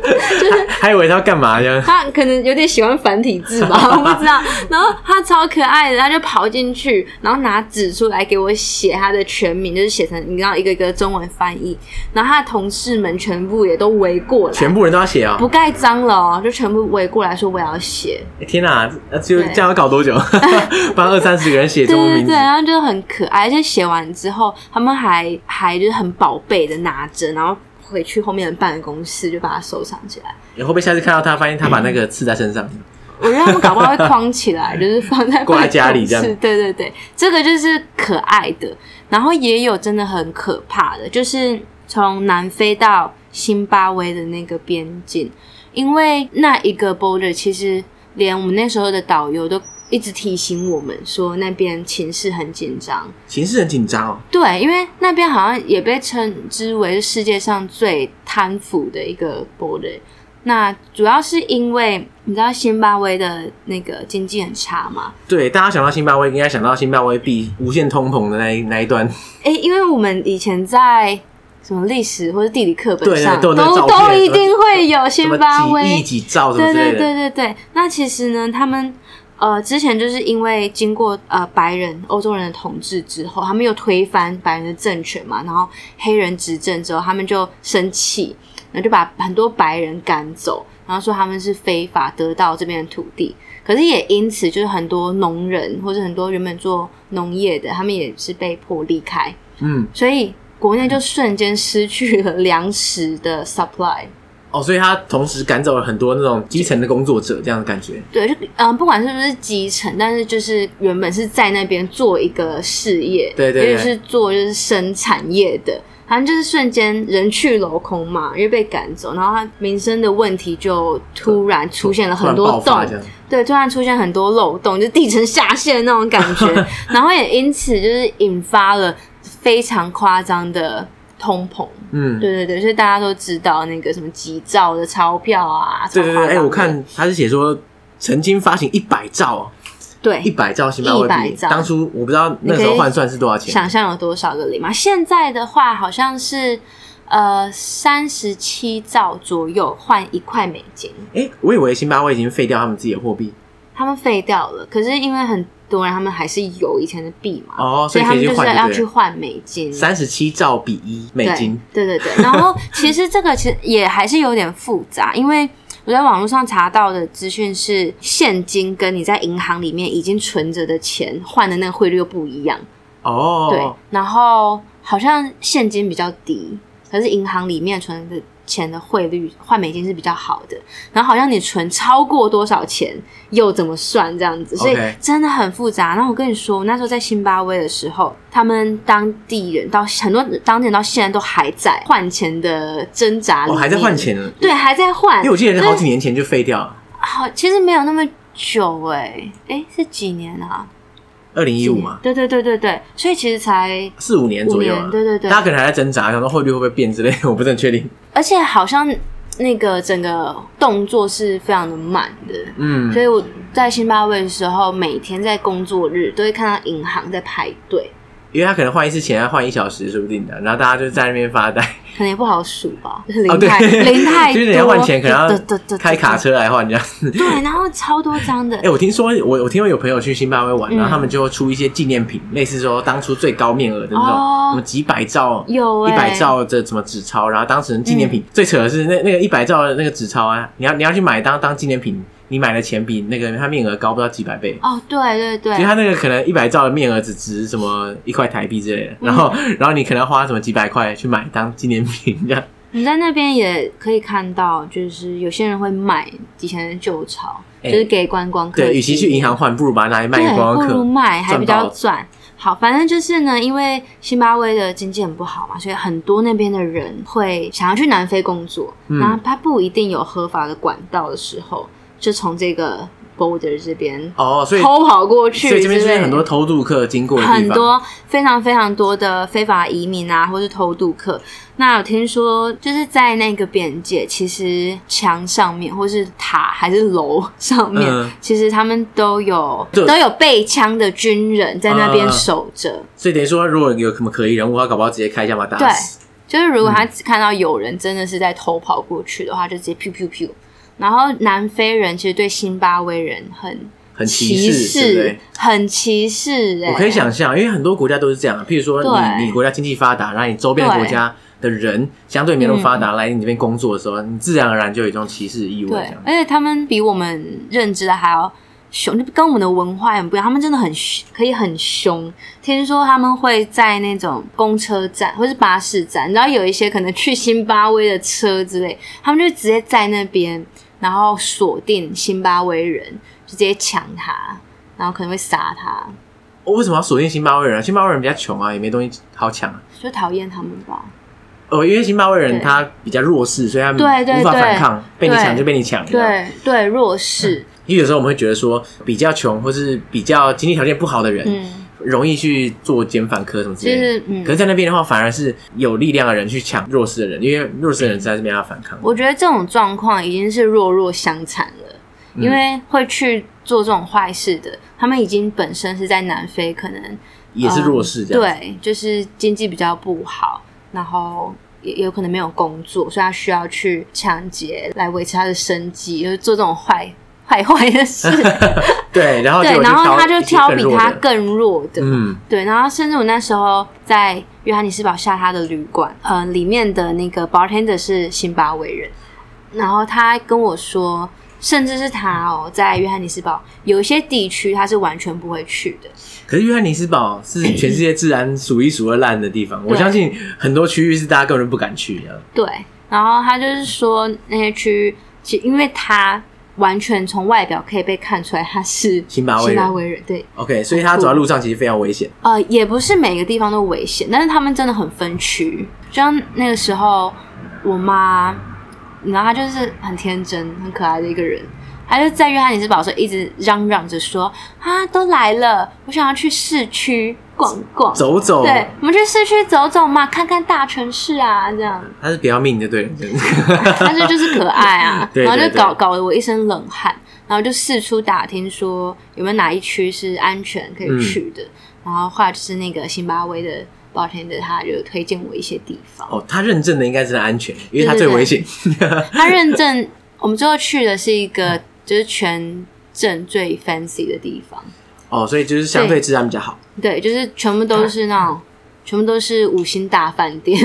[SPEAKER 2] 就是
[SPEAKER 1] 还以为他要干嘛呢？
[SPEAKER 2] 他可能有点喜欢繁体字吧，
[SPEAKER 1] (laughs)
[SPEAKER 2] 我不知道。然后他超可爱的，他就跑进去，然后拿纸出来给我写他的全名，就是写成你知道一个一个中文翻译。然后他的同事们全部也都围过来，
[SPEAKER 1] 全部人都要写啊、
[SPEAKER 2] 不盖章了哦，就全部围过来说我要写。
[SPEAKER 1] 欸天哪、那就
[SPEAKER 2] 对
[SPEAKER 1] 这样要搞多久？ (laughs) 帮二三十个人写
[SPEAKER 2] 对
[SPEAKER 1] 中文
[SPEAKER 2] 对
[SPEAKER 1] 名字
[SPEAKER 2] 对，，然后就很可爱，而且写完之后，他们还还就是很宝贝的拿着，然后回去后面的办公室就把它收藏起来。
[SPEAKER 1] 你会不会下次看到他，发现他把那个刺在身上？ (laughs)
[SPEAKER 2] 我觉得他们搞不好会框起来，就是放在
[SPEAKER 1] 挂在家里这样
[SPEAKER 2] 办公室对对对，这个就是可爱的，然后也有真的很可怕的，就是从南非到津巴威的那个边境，因为那一个 border 其实连我们那时候的导游都一直提醒我们说那边情势很紧张。
[SPEAKER 1] 形势很紧张哦。
[SPEAKER 2] 对，因为那边好像也被称之为世界上最贪腐的一个 border。那主要是因为你知道津巴威的那个经济很差嘛？
[SPEAKER 1] 对，大家想到津巴威，应该想到津巴威币无限通膨的那一那一段，
[SPEAKER 2] 诶，因为我们以前在什么历史或者地理课本
[SPEAKER 1] 对
[SPEAKER 2] 上，
[SPEAKER 1] 对都有那
[SPEAKER 2] 都
[SPEAKER 1] 照片
[SPEAKER 2] 都一定会有
[SPEAKER 1] 什
[SPEAKER 2] 津
[SPEAKER 1] 么
[SPEAKER 2] 巴威
[SPEAKER 1] 几亿几兆什么
[SPEAKER 2] 对
[SPEAKER 1] 之类
[SPEAKER 2] 对
[SPEAKER 1] 的。
[SPEAKER 2] 对对对，那其实呢，他们呃之前就是因为经过呃白人欧洲人的统治之后，他们又推翻白人的政权嘛，然后黑人执政之后，他们就生气，然后就把很多白人赶走，然后说他们是非法得到这边的土地。可是也因此，就是很多农人或者很多原本做农业的，他们也是被迫离开，
[SPEAKER 1] 嗯，
[SPEAKER 2] 所以国内就瞬间失去了粮食的 supply。
[SPEAKER 1] 哦，所以他同时赶走了很多那种基层的工作者，这样的感觉。
[SPEAKER 2] 对，就嗯，不管是不是基层，但是就是原本是在那边做一个事业，
[SPEAKER 1] 对对对
[SPEAKER 2] 也就是做就是生产业的，反正就是瞬间人去楼空嘛，因为被赶走，然后他民生的问题就突然出现了很
[SPEAKER 1] 突然
[SPEAKER 2] 多
[SPEAKER 1] 爆发
[SPEAKER 2] 洞
[SPEAKER 1] 这，样，
[SPEAKER 2] 对，突然出现很多漏洞，就地层下陷那种感
[SPEAKER 1] (laughs)
[SPEAKER 2] 觉，然后也因此就是引发了非常夸张的通膨，
[SPEAKER 1] 嗯，
[SPEAKER 2] 对对对，所以大家都知道那个什么几兆的钞票啊，
[SPEAKER 1] 对对
[SPEAKER 2] 超
[SPEAKER 1] 对，
[SPEAKER 2] 夸
[SPEAKER 1] 哎、
[SPEAKER 2] 张
[SPEAKER 1] 我
[SPEAKER 2] 的
[SPEAKER 1] 看他是写说曾经发行一百兆哦，
[SPEAKER 2] 对
[SPEAKER 1] 一百兆津巴威
[SPEAKER 2] 100
[SPEAKER 1] 币，
[SPEAKER 2] 哎兆
[SPEAKER 1] 当初我不知道那时
[SPEAKER 2] 你可
[SPEAKER 1] 候
[SPEAKER 2] 以
[SPEAKER 1] 换算是多少钱
[SPEAKER 2] 想，象有多少个零吗？现在的话好像是呃三十七兆左右换一块美金，
[SPEAKER 1] 哎、我以为津巴威已经废掉他们自己的货币
[SPEAKER 2] 他们废掉了。可是因为很多人他们还是有以前的币嘛，
[SPEAKER 1] 哦，
[SPEAKER 2] 所
[SPEAKER 1] 以
[SPEAKER 2] 他
[SPEAKER 1] 可
[SPEAKER 2] 们
[SPEAKER 1] 以
[SPEAKER 2] 就是
[SPEAKER 1] 换就
[SPEAKER 2] 要
[SPEAKER 1] 对
[SPEAKER 2] 去
[SPEAKER 1] 了，
[SPEAKER 2] 换美金。
[SPEAKER 1] 三十七兆比一美金，
[SPEAKER 2] 对对
[SPEAKER 1] (laughs)
[SPEAKER 2] 对对。然后其实这个其实也还是有点复杂，因为我在网络上查到的资讯是现金跟你在银行里面已经存着的钱换的那个汇率又不一样。对
[SPEAKER 1] 哦，，
[SPEAKER 2] 然后好像现金比较低，可是银行里面存的钱的汇率换美金是比较好的。然后好像你存超过多少钱又怎么算这样子，所以
[SPEAKER 1] OK
[SPEAKER 2] 真的很复杂。然后我跟你说，我那时候在津巴威的时候，他们当地人到很多当地人到现在都还在换钱的挣扎里
[SPEAKER 1] 我、哦
[SPEAKER 2] 面，
[SPEAKER 1] 还在换，钱了，
[SPEAKER 2] 对，还在换，
[SPEAKER 1] 因为我记得是
[SPEAKER 2] 就是
[SPEAKER 1] 好几年前就废掉了，
[SPEAKER 2] 好，其实没有那么久哎、欸，哎是几年啊？
[SPEAKER 1] 二零一五嘛，
[SPEAKER 2] 对对对对对，所以其实才
[SPEAKER 1] 四五年
[SPEAKER 2] 五
[SPEAKER 1] 左右
[SPEAKER 2] 年，
[SPEAKER 1] 啊。
[SPEAKER 2] 对对对，
[SPEAKER 1] 大家可能还在挣扎，想说汇率会不会变之类 (laughs) 的，我不是很确定。
[SPEAKER 2] 而且好像那个整个动作是非常的慢的，
[SPEAKER 1] 嗯
[SPEAKER 2] 所，以我在津巴威的时候，每天在工作日都会看到银行在排队，
[SPEAKER 1] 因为他可能换一次钱要换一小时，说不定的。然后大家就在那边发呆，
[SPEAKER 2] 可能也不好数吧，就是
[SPEAKER 1] 哦
[SPEAKER 2] 零
[SPEAKER 1] 对
[SPEAKER 2] 太
[SPEAKER 1] (laughs)
[SPEAKER 2] 零太
[SPEAKER 1] 就是
[SPEAKER 2] 多，
[SPEAKER 1] 你要换钱可能要
[SPEAKER 2] 对对对对
[SPEAKER 1] 开卡，车来换这样。
[SPEAKER 2] 对，然后超多张的
[SPEAKER 1] (laughs) 哎、，我听说我我听说有朋友去津巴威玩，
[SPEAKER 2] 嗯
[SPEAKER 1] 然后他们就会出一些纪念品，类似说当初最高面额的那种，
[SPEAKER 2] 哦
[SPEAKER 1] 什么几百兆、
[SPEAKER 2] 有嗯
[SPEAKER 1] 一百
[SPEAKER 2] 哎，
[SPEAKER 1] 兆的什么纸钞，然后当成纪念品。最扯的是那那个一百兆的那个纸钞啊，你要你要去买当当纪念品，你买的钱比那个它面额高不知道几百倍。
[SPEAKER 2] 哦，对对
[SPEAKER 1] 其实
[SPEAKER 2] 对，
[SPEAKER 1] 它那个可能一百兆的面额只值什么一块台币之类的，
[SPEAKER 2] 嗯
[SPEAKER 1] 然后、然后你可能要花什么几百块去买当纪念品
[SPEAKER 2] (laughs)
[SPEAKER 1] 这样。
[SPEAKER 2] 你在那边也可以看到，就是有些人会买以前的旧钞，
[SPEAKER 1] 哎
[SPEAKER 2] 就是给观光客纪念，
[SPEAKER 1] 对，与其去银行换，不如把它拿来卖
[SPEAKER 2] 对，
[SPEAKER 1] 给观光
[SPEAKER 2] 不如
[SPEAKER 1] 客。
[SPEAKER 2] 卖还比
[SPEAKER 1] 赚
[SPEAKER 2] 较
[SPEAKER 1] 爆
[SPEAKER 2] 赚。好，反正就是呢，因为津巴威的经济很不好嘛，所以很多那边的人会想要去南非工作，
[SPEAKER 1] 嗯
[SPEAKER 2] 然后他不一定有合法的管道的时候，就从这个 Boulder 这边
[SPEAKER 1] 哦，所以
[SPEAKER 2] 偷跑过去，
[SPEAKER 1] 所以这边
[SPEAKER 2] 之
[SPEAKER 1] 就
[SPEAKER 2] 类
[SPEAKER 1] 是
[SPEAKER 2] 的
[SPEAKER 1] 很多偷渡客经过的地方，
[SPEAKER 2] 很多非常非常多的非法移民啊，或是偷渡客。那有听说，就是在那个边界，其实墙上面，或是塔还是楼上面，
[SPEAKER 1] 嗯
[SPEAKER 2] 其实他们都有
[SPEAKER 1] 对
[SPEAKER 2] 都有被枪的军人在那边
[SPEAKER 1] 嗯
[SPEAKER 2] 守着。
[SPEAKER 1] 所以等于说，如果有什么可疑人物，他搞不好直接开枪把他打死。
[SPEAKER 2] 就是如果他只看到有人真的是在偷跑过去的话，就直接 pew pew pew。然后南非人其实对辛巴威人很
[SPEAKER 1] 很歧
[SPEAKER 2] 歧
[SPEAKER 1] 视，对不对？
[SPEAKER 2] 很歧视、欸。
[SPEAKER 1] 我可以想象，因为很多国家都是这样，啊譬如说
[SPEAKER 2] 对
[SPEAKER 1] 你你国家经济发达，然后你周边的国家的人相对没那么发达，来你这边工作的时候，你自然而然就有一种歧视意味，这
[SPEAKER 2] 嗯对
[SPEAKER 1] 样，
[SPEAKER 2] 而且他们比我们认知的还要凶，就跟我们的文化很不一样。他们真的很凶可以很凶。听说他们会在那种公车站或是巴士站，然后有一些可能去津巴威的车之类，他们就直接在那边，然后锁定津巴威人，就直接抢他，然后可能会杀他，
[SPEAKER 1] 我哦为什么要锁定津巴威人啊？津巴威人比较穷啊，也没东西好抢啊。
[SPEAKER 2] 就讨厌他们吧。
[SPEAKER 1] 哦，因为津巴威人
[SPEAKER 2] 对
[SPEAKER 1] 他比较弱势，所以他们
[SPEAKER 2] 对对
[SPEAKER 1] 无法
[SPEAKER 2] 对
[SPEAKER 1] 反抗，被你抢
[SPEAKER 2] 对
[SPEAKER 1] 就被你抢。你知道吗，
[SPEAKER 2] 对对，弱势，
[SPEAKER 1] 因为有时候我们会觉得说，比较穷或是比较经济条件不好的人，
[SPEAKER 2] 嗯，
[SPEAKER 1] 容易去做减反科什么之
[SPEAKER 2] 就
[SPEAKER 1] 类的。
[SPEAKER 2] 是嗯
[SPEAKER 1] 可。是，在那边的话，反而是有力量的人去抢弱势的人，因为弱势的人实在是没办法反抗。
[SPEAKER 2] 我觉得这种状况已经是弱弱相残了，
[SPEAKER 1] 嗯
[SPEAKER 2] 因为会去做这种坏事的，他们已经本身是在南非，可能嗯
[SPEAKER 1] 也是弱势这样子。
[SPEAKER 2] 对，就是经济比较不好，然后也也有可能没有工作，所以他需要去抢劫来维持他的生计，就是做这种坏坏坏的
[SPEAKER 1] (laughs)
[SPEAKER 2] 事。
[SPEAKER 1] 对，然后结
[SPEAKER 2] 对，
[SPEAKER 1] 果
[SPEAKER 2] 然后他
[SPEAKER 1] 就
[SPEAKER 2] 就
[SPEAKER 1] 挑
[SPEAKER 2] 挑
[SPEAKER 1] 一
[SPEAKER 2] 比
[SPEAKER 1] 些更弱
[SPEAKER 2] 他
[SPEAKER 1] 的
[SPEAKER 2] 更弱的，
[SPEAKER 1] 嗯，
[SPEAKER 2] 对，然后甚至我那时候在约翰尼斯堡下他的旅馆，呃，里面的那个 bartender 是辛巴维人，然后他跟我说，甚至是他哦，在约翰尼斯堡有一些地区他是完全不会去的，
[SPEAKER 1] 可是约翰尼斯堡是全世界治安数一数二烂的地方，我相信很多区域是大家根本就不敢去的。
[SPEAKER 2] 对，然后他就是说那些区域，其因为他完全从外表可以被看出来他是
[SPEAKER 1] 辛巴威人
[SPEAKER 2] 辛巴威人，对，
[SPEAKER 1] OK，所以他走在路上其实非常危险。
[SPEAKER 2] 呃，也不是每个地方都危险，但是他们真的很分区。就像那个时候，我妈，你知道，她就是很天真、很可爱的一个人。她就在约翰尼斯堡的时候一直嚷嚷着说：“啊，都来了，我想要去市区逛逛。”
[SPEAKER 1] 走走，
[SPEAKER 2] 哦对，我们去市区走走嘛，看看大城市啊，这样。
[SPEAKER 1] 他是不要命的，对了， (laughs) 真的，
[SPEAKER 2] 但是就是可爱
[SPEAKER 1] (laughs)
[SPEAKER 2] 啊
[SPEAKER 1] 对对
[SPEAKER 2] 然后就
[SPEAKER 1] 对
[SPEAKER 2] 搞搞得我一身冷汗，然后就四处打听说有没有哪一区是安全可以
[SPEAKER 1] 嗯
[SPEAKER 2] 去的，然后后来就是那个辛巴威的 bartender 他就推荐我一些地方，
[SPEAKER 1] 哦，他认证的应该是安全，因为他
[SPEAKER 2] 对
[SPEAKER 1] 最
[SPEAKER 2] 对对
[SPEAKER 1] 危险。
[SPEAKER 2] 他认证我们最后去的是一
[SPEAKER 1] (laughs)
[SPEAKER 2] 个就是全镇最 fancy 的地方，
[SPEAKER 1] 哦，所以就是相对治安比较好。
[SPEAKER 2] 对，就是全部都是那种。全部都是五星大饭店，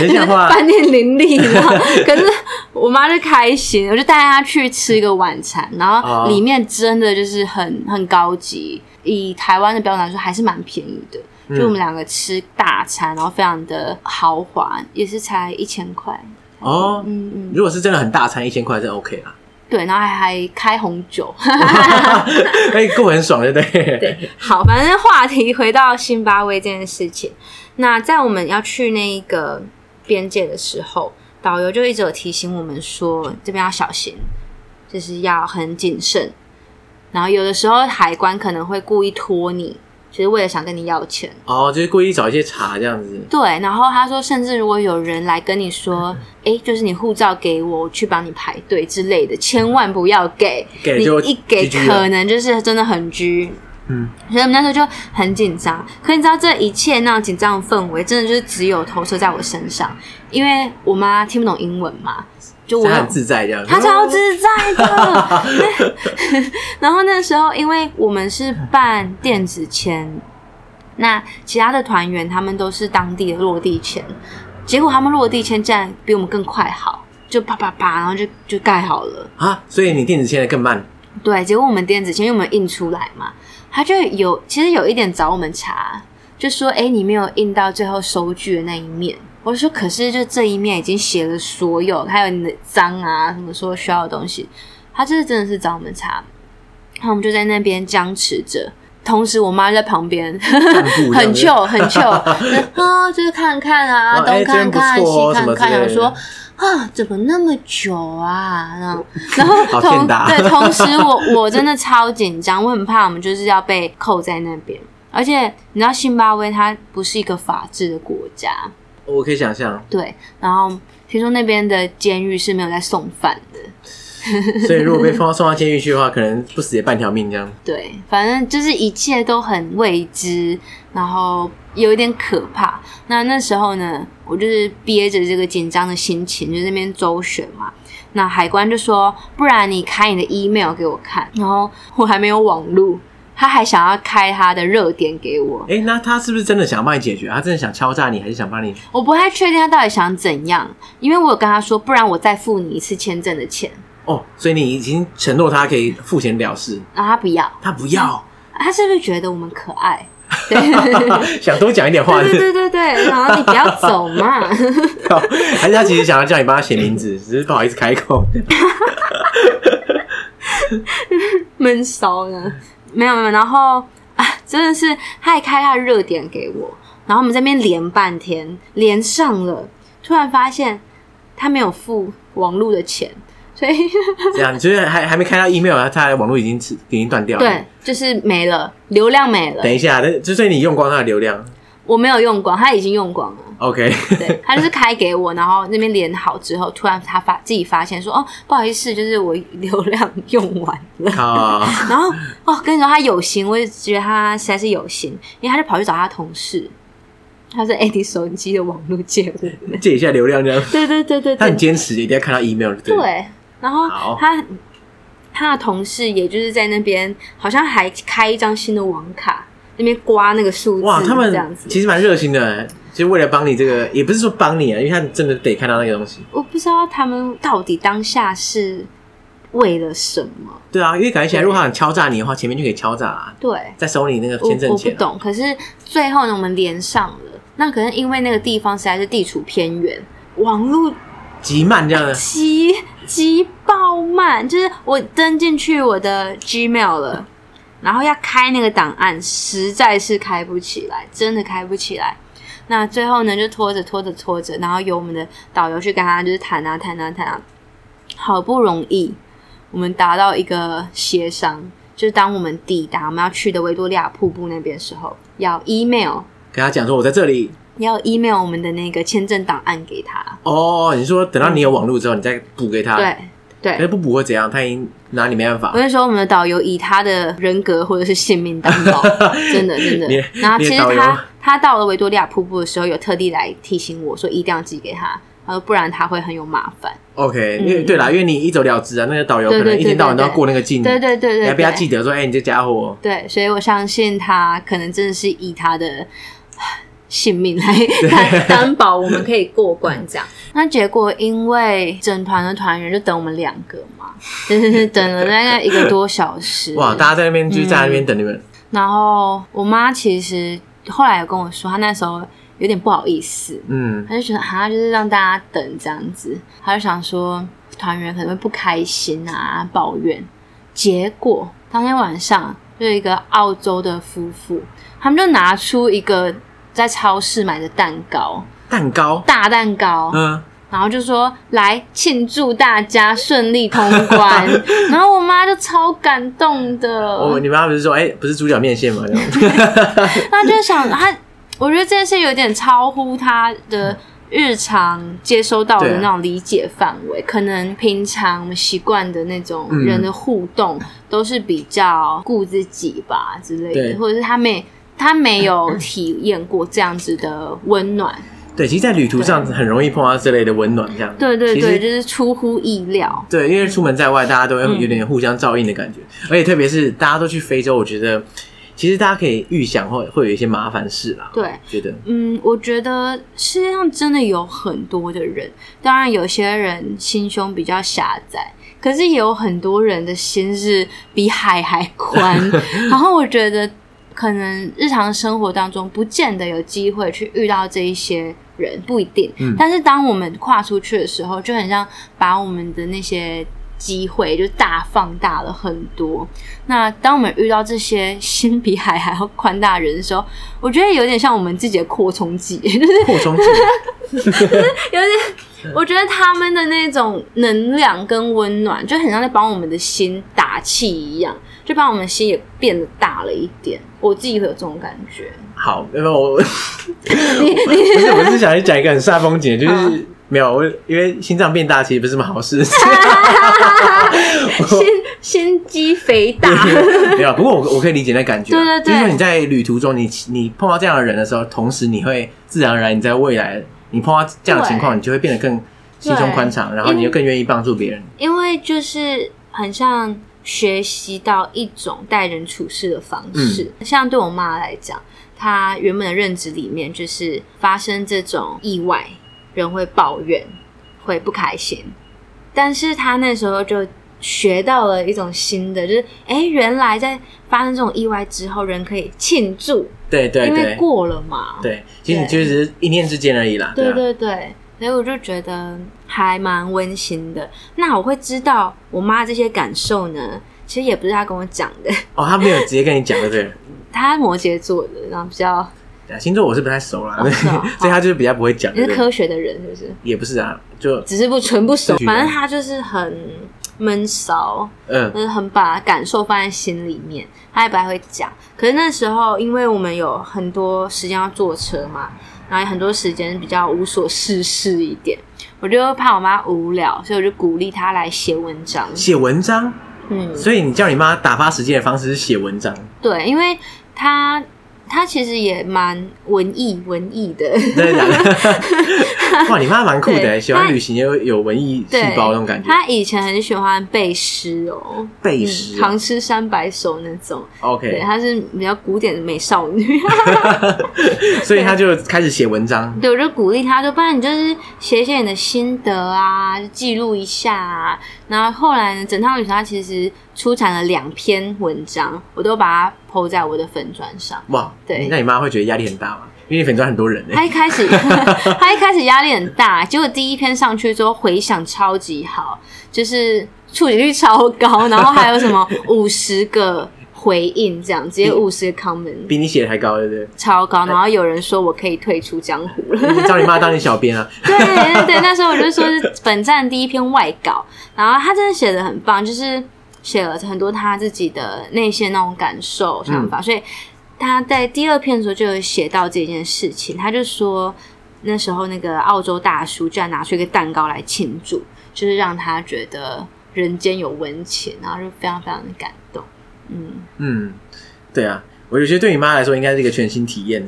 [SPEAKER 1] 你讲话
[SPEAKER 2] (laughs) 饭店林立，你知道？可是我妈就开心，我就带她去吃一个晚餐，然
[SPEAKER 1] 哦
[SPEAKER 2] 后里面真的就是很很高级，以台湾的标准来说还是蛮便宜的。就我们两个吃大餐，然后非常的豪华，也是才一千块。
[SPEAKER 1] 哦，
[SPEAKER 2] 嗯嗯，
[SPEAKER 1] 如果是真的很大餐，一千块是 OK
[SPEAKER 2] (laughs)
[SPEAKER 1] 啦。
[SPEAKER 2] 对，然后还还开红酒。
[SPEAKER 1] 哎，够很爽，对不对？
[SPEAKER 2] 对，好，反正话题回到津巴威这件事情。那在我们要去那一个边界的时候，导游就一直有提醒我们说，这边要小心，就是要很谨慎。然后有的时候海关可能会故意拖你，就是为了想跟你要钱。
[SPEAKER 1] 哦，就是故意找一些茬这样子。
[SPEAKER 2] 对，然后他说，甚至如果有人来跟你说，诶，就是你护照给我，我去帮你排队之类的，千万不要给，
[SPEAKER 1] 给
[SPEAKER 2] 你
[SPEAKER 1] 就
[SPEAKER 2] 一给
[SPEAKER 1] GG 了
[SPEAKER 2] 可能就是真的很拘。
[SPEAKER 1] 嗯，
[SPEAKER 2] 所以我们那时候就很紧张。可你知道，这一切那种紧张的氛围，真的就是只有投射在我身上，因为我妈听不懂英文嘛，就我
[SPEAKER 1] 他
[SPEAKER 2] 有
[SPEAKER 1] 很自在这样子。
[SPEAKER 2] 他超自在的。 (laughs) 然后那时候，因为我们是办电子签，那其他的团员他们都是当地的落地签，结果他们落地签竟然比我们更快好，就啪啪啪，然后就就盖好了。
[SPEAKER 1] 啊，所以你电子签的更慢
[SPEAKER 2] 对，结果我们电子签，因为我们印出来嘛，他就有其实有一点找我们查，就说哎，诶你没有印到最后收据的那一面。我说可是就这一面已经写了所有，还有你的章啊什么所有需要的东西，他这是真的是找我们查。然后我们就在那边僵持着，同时我妈在旁边 (laughs)
[SPEAKER 1] 步
[SPEAKER 2] 很 (laughs)
[SPEAKER 1] 这样
[SPEAKER 2] 糗很糗，就是啊就是看看
[SPEAKER 1] 啊
[SPEAKER 2] 啊，东
[SPEAKER 1] 诶这边
[SPEAKER 2] 看
[SPEAKER 1] 不
[SPEAKER 2] 看
[SPEAKER 1] 错哦
[SPEAKER 2] 西
[SPEAKER 1] 什么
[SPEAKER 2] 看
[SPEAKER 1] 之
[SPEAKER 2] 看，
[SPEAKER 1] 类
[SPEAKER 2] 想
[SPEAKER 1] 的
[SPEAKER 2] 说啊，怎么那么久啊？
[SPEAKER 1] (laughs)
[SPEAKER 2] 然后，然后
[SPEAKER 1] 好啊
[SPEAKER 2] 同
[SPEAKER 1] 天大 (laughs)
[SPEAKER 2] 对，同时我我真的超紧张，我很怕我们就是要被扣在那边。而且你知道，津巴威它不是一个法治的国家，
[SPEAKER 1] 我可以想象。
[SPEAKER 2] 对。然后听说那边的监狱是没有在送饭的，
[SPEAKER 1] 所以如果被放到 (laughs) 送到监狱去的话，可能不死也半条命这样。
[SPEAKER 2] 对，反正就是一切都很未知，然后有一点可怕。那那时候呢，我就是憋着这个紧张的心情，就在那边周旋嘛。那海关就说：“不然你开你的 email 给我看。”然后我还没有网路，他还想要开他的热点给我。
[SPEAKER 1] 哎、那他是不是真的想帮你解决？他真的想敲诈你，还是想帮你？
[SPEAKER 2] 我不太确定他到底想怎样，因为我有跟他说：“不然我再付你一次签证的钱。
[SPEAKER 1] 哦，所以你已经承诺他可以付钱了事，”
[SPEAKER 2] 然后他不要，
[SPEAKER 1] 他不
[SPEAKER 2] (laughs)
[SPEAKER 1] 要，
[SPEAKER 2] 他是不是觉得我们可爱？对
[SPEAKER 1] 想多讲一点话
[SPEAKER 2] 对
[SPEAKER 1] 是不是
[SPEAKER 2] 对对对，然后你不要走嘛。
[SPEAKER 1] 还是他其实想要叫你帮他写名字，只是不好意思开口。
[SPEAKER 2] 闷骚呢？没有没有，然后啊，真的是他还开他的热点给我，然后我们这边连半天，连上了，突然发现他没有付网路的钱，所以
[SPEAKER 1] 这样，你就是还还没开到 email，他网络已经吃已经断掉了。
[SPEAKER 2] 对，， (laughs) 就是没了，流量没了
[SPEAKER 1] 等，一下，那就所以你用光他的流量
[SPEAKER 2] 我没有用光，他已经用光了。
[SPEAKER 1] ，OK， (laughs)
[SPEAKER 2] 对，他就是开给我，然后那边连好之后，突然他发自己发现说，哦，不好意思，就是我流量用完了。
[SPEAKER 1] 好，
[SPEAKER 2] 然后哦，跟你说他有心，我也觉得他实在是有心，因为他就跑去找他同事，他说：“哎、你手机的网络借我。
[SPEAKER 1] 借一下流量这样”。
[SPEAKER 2] 对对对对
[SPEAKER 1] 他很
[SPEAKER 2] (laughs) 对
[SPEAKER 1] 坚持，一定要看到 email，对了。
[SPEAKER 2] 对。然后
[SPEAKER 1] 好
[SPEAKER 2] 他他的同事也就是在那边，好像还开一张新的网卡，那边刮那个数字，
[SPEAKER 1] 哇，他
[SPEAKER 2] 这样
[SPEAKER 1] 们
[SPEAKER 2] 子。
[SPEAKER 1] 其实蛮热心的，其实为了帮你这个，也不是说帮你啊，因为他真的得看到那个东西。
[SPEAKER 2] 我不知道他们到底当下是为了什么。
[SPEAKER 1] 对啊，因为感觉起来，
[SPEAKER 2] 对
[SPEAKER 1] 如果他想敲诈你的话，前面就可以敲诈啊，
[SPEAKER 2] 对，
[SPEAKER 1] 再收你那个
[SPEAKER 2] 我
[SPEAKER 1] 签证
[SPEAKER 2] 我不
[SPEAKER 1] 钱啊。
[SPEAKER 2] 懂，可是最后呢，我们连上了。那可能因为那个地方实在是地处偏远，网络
[SPEAKER 1] 极慢这样的，
[SPEAKER 2] 极极爆慢，就是我登进去我的 Gmail 了，然后要开那个档案，实在是开不起来，真的开不起来。那最后呢，就拖着拖着拖着，然后由我们的导游去跟他就是谈啊谈啊谈啊，好不容易我们达到一个协商，就是当我们抵达我们要去的维多利亚瀑布那边的时候，要 email
[SPEAKER 1] 跟他讲说我在这里。
[SPEAKER 2] 要 email 我们的那个签证档案给他，
[SPEAKER 1] 哦，你说等到你有网络之后，你再补给他。，
[SPEAKER 2] 对对
[SPEAKER 1] 可，是不补会怎样？他已经拿你没办法
[SPEAKER 2] 我。跟你说，我们的导游以他的人格或者是性命担
[SPEAKER 1] (laughs)
[SPEAKER 2] 保，真的真的
[SPEAKER 1] 你。
[SPEAKER 2] 然后其
[SPEAKER 1] 你
[SPEAKER 2] 实
[SPEAKER 1] 的导游啊
[SPEAKER 2] 他他到了维多利亚瀑布的时候，有特地来提醒我说一定要寄给他，他说不然他会很有麻烦。
[SPEAKER 1] OK，
[SPEAKER 2] 嗯
[SPEAKER 1] 因为对啦，因为你一走了之啊，那个导游
[SPEAKER 2] 对
[SPEAKER 1] 可
[SPEAKER 2] 对
[SPEAKER 1] 能一天到晚都要
[SPEAKER 2] 对对
[SPEAKER 1] 过那个境，
[SPEAKER 2] 对对对
[SPEAKER 1] 嗯你
[SPEAKER 2] 对
[SPEAKER 1] 还被他
[SPEAKER 2] 对
[SPEAKER 1] 记得说，哎，你这家伙，
[SPEAKER 2] 对，所以我相信他可能真的是以他的 (sighs) 唉性命来
[SPEAKER 1] (laughs)
[SPEAKER 2] 来担保我们可以过关这样。那结果因为整团的团员就等我们两个嘛， (laughs) 就是等了大概一个多小时。
[SPEAKER 1] 哇，大家在那边就在那边等你们，
[SPEAKER 2] 然后我妈其实后来有跟我说，她那时候有点不好意思，
[SPEAKER 1] 嗯，
[SPEAKER 2] 她就觉得啊，就是让大家等这样子，她就想说团员可能会不开心啊，抱怨。结果当天晚上，就有一个澳洲的夫妇，他们就拿出一个在超市买的蛋糕，
[SPEAKER 1] 蛋糕，
[SPEAKER 2] 大蛋糕，
[SPEAKER 1] 嗯，
[SPEAKER 2] 然后就说来庆祝大家顺利通关。然后我妈就超感动的，
[SPEAKER 1] 哦，你妈不是说，哎，不是猪脚面线吗？这样 (laughs)
[SPEAKER 2] 他就想他，我觉得这件事有点超乎他的日常接收到
[SPEAKER 1] 对
[SPEAKER 2] 的那种理解范围，可能平常我们习惯的那种
[SPEAKER 1] 嗯
[SPEAKER 2] 人的互动都是比较顾自己吧之类
[SPEAKER 1] 对
[SPEAKER 2] 的，或者是他没他没有体验过这样子的温暖，
[SPEAKER 1] 对，其实，在旅途上很容易碰到这类的温暖，这样，
[SPEAKER 2] 对对
[SPEAKER 1] 其
[SPEAKER 2] 对，
[SPEAKER 1] 实
[SPEAKER 2] 就是出乎意料，
[SPEAKER 1] 对，因为出门在外，大家都
[SPEAKER 2] 嗯
[SPEAKER 1] 会有点互相照应的感觉，而且特别是大家都去非洲，我觉得其实大家可以预想会会有一些麻烦事啦。
[SPEAKER 2] 对。
[SPEAKER 1] 我
[SPEAKER 2] (laughs)
[SPEAKER 1] 觉得
[SPEAKER 2] 嗯，我觉得世界上真的有很多的人，当然有些人心胸比较狭窄，可是也有很多人的心是比海还宽。然后我觉得，可能日常生活当中不见得有机会去遇到这一些人，不一定。
[SPEAKER 1] 嗯
[SPEAKER 2] 但是当我们跨出去的时候，就很像把我们的那些机会，就大放大了很多。那当我们遇到这些心比海还要宽大的人的时候，我觉得有点像我们自己的扩充剂， (laughs) 就是
[SPEAKER 1] 扩充剂，
[SPEAKER 2] 有点，我觉得他们的那种能量跟温暖，就很像在帮我们的心打气一样，就把我们心也变得大了一点。我自己会有这种感觉。
[SPEAKER 1] 好，那么
[SPEAKER 2] (laughs)
[SPEAKER 1] 我不是，我是想讲一个很煞风
[SPEAKER 2] (laughs)
[SPEAKER 1] 景，就是、
[SPEAKER 2] 嗯
[SPEAKER 1] 没有我，因为心脏变大其实不是什么好
[SPEAKER 2] (laughs)
[SPEAKER 1] 事情。
[SPEAKER 2] 心心肌肥大，
[SPEAKER 1] 没有，不过我我可以理解那感觉啊，
[SPEAKER 2] 对对对
[SPEAKER 1] 就是说你在旅途中，你你碰到这样的人的时候，同时你会自然而然，你在未来你碰到这样的情况，你就会变得更心胸宽敞，然后你就更愿意帮助别人。
[SPEAKER 2] 因为就是很像学习到一种待人处事的方式。
[SPEAKER 1] 嗯
[SPEAKER 2] 像对我妈来讲，她原本的认知里面就是发生这种意外，人会抱怨，会不开心。但是她那时候就学到了一种新的，就是哎，诶原来在发生这种意外之后，人可以庆祝，
[SPEAKER 1] 对对
[SPEAKER 2] 因为
[SPEAKER 1] 对
[SPEAKER 2] 过了嘛。
[SPEAKER 1] 对，其实你就只是一念之间而已啦。
[SPEAKER 2] 对
[SPEAKER 1] 啊，
[SPEAKER 2] 对对，所以我就觉得还蛮温馨的。那我会知道我妈这些感受呢，其实也不是她跟我讲的， (laughs)
[SPEAKER 1] 哦，他没有直接跟你讲，对不对？
[SPEAKER 2] 她摩羯座的，然后比较
[SPEAKER 1] (laughs) 对啊星座我是不太熟啦，
[SPEAKER 2] 哦是哦
[SPEAKER 1] (laughs) 所以他就是比较不会讲，
[SPEAKER 2] 也
[SPEAKER 1] 对
[SPEAKER 2] 是
[SPEAKER 1] 不对？
[SPEAKER 2] 科学的人，是不是？
[SPEAKER 1] 也不是啊，就
[SPEAKER 2] 只是不纯不熟
[SPEAKER 1] 是，
[SPEAKER 2] 反正她就是很闷骚，
[SPEAKER 1] 嗯，
[SPEAKER 2] 就是很把感受放在心里面，他也不太会讲。可是那时候，因为我们有很多时间要坐车嘛，然后有很多时间比较无所事事一点，我就怕我妈无聊，所以我就鼓励她来写文章。
[SPEAKER 1] 写文章，
[SPEAKER 2] 嗯，
[SPEAKER 1] 所以你叫你妈打发时间的方式是写文章，
[SPEAKER 2] 对，因为她她其实也蛮文艺文艺的，
[SPEAKER 1] 对的。
[SPEAKER 2] (laughs)
[SPEAKER 1] 哇，你妈蛮酷的，欸
[SPEAKER 2] 对
[SPEAKER 1] 喜欢
[SPEAKER 2] 她
[SPEAKER 1] 旅行又有文艺细
[SPEAKER 2] (laughs) 对，
[SPEAKER 1] 胞那种感觉。
[SPEAKER 2] 她以前很喜欢背诗哦，
[SPEAKER 1] 背
[SPEAKER 2] 嗯
[SPEAKER 1] 诗啊
[SPEAKER 2] 唐诗三百首那种。
[SPEAKER 1] ，OK，
[SPEAKER 2] 对，她是比较古典的美少女。 (laughs)
[SPEAKER 1] 所以他就开始写文章。
[SPEAKER 2] 对，我就鼓励他说，不然你就是写写你的心得啊，就记录一下啊。然后后来呢，整趟旅程他其实出产了两篇文章，我都把它 PO 在我的粉砖上。
[SPEAKER 1] 哇，
[SPEAKER 2] 对
[SPEAKER 1] 那你妈会觉得压力很大吗？因为你粉砖很多人欸呢
[SPEAKER 2] 他。一开始， (laughs) 他一开始压力很大，结果第一篇上去之后回响超级好，就是触及率超高，然后还有什么五十个回应，这样直接五十个 comment
[SPEAKER 1] 比你写的还高，对不对？
[SPEAKER 2] 超高，然后有人说我可以退出江湖了。
[SPEAKER 1] 你叫你妈当你小编啊，
[SPEAKER 2] 对对对，那时候我就说是本站第一篇外稿，然后他真的写的很棒，就是写了很多他自己的那些那种感受、想
[SPEAKER 1] 嗯
[SPEAKER 2] 法，所以他在第二篇的时候就有写到这件事情，他就说那时候那个澳洲大叔居然拿出一个蛋糕来庆祝，就是让他觉得人间有温情，然后就非常非常的感动。嗯，
[SPEAKER 1] 嗯，对啊，我觉得对你妈来说应该是一个全新体验。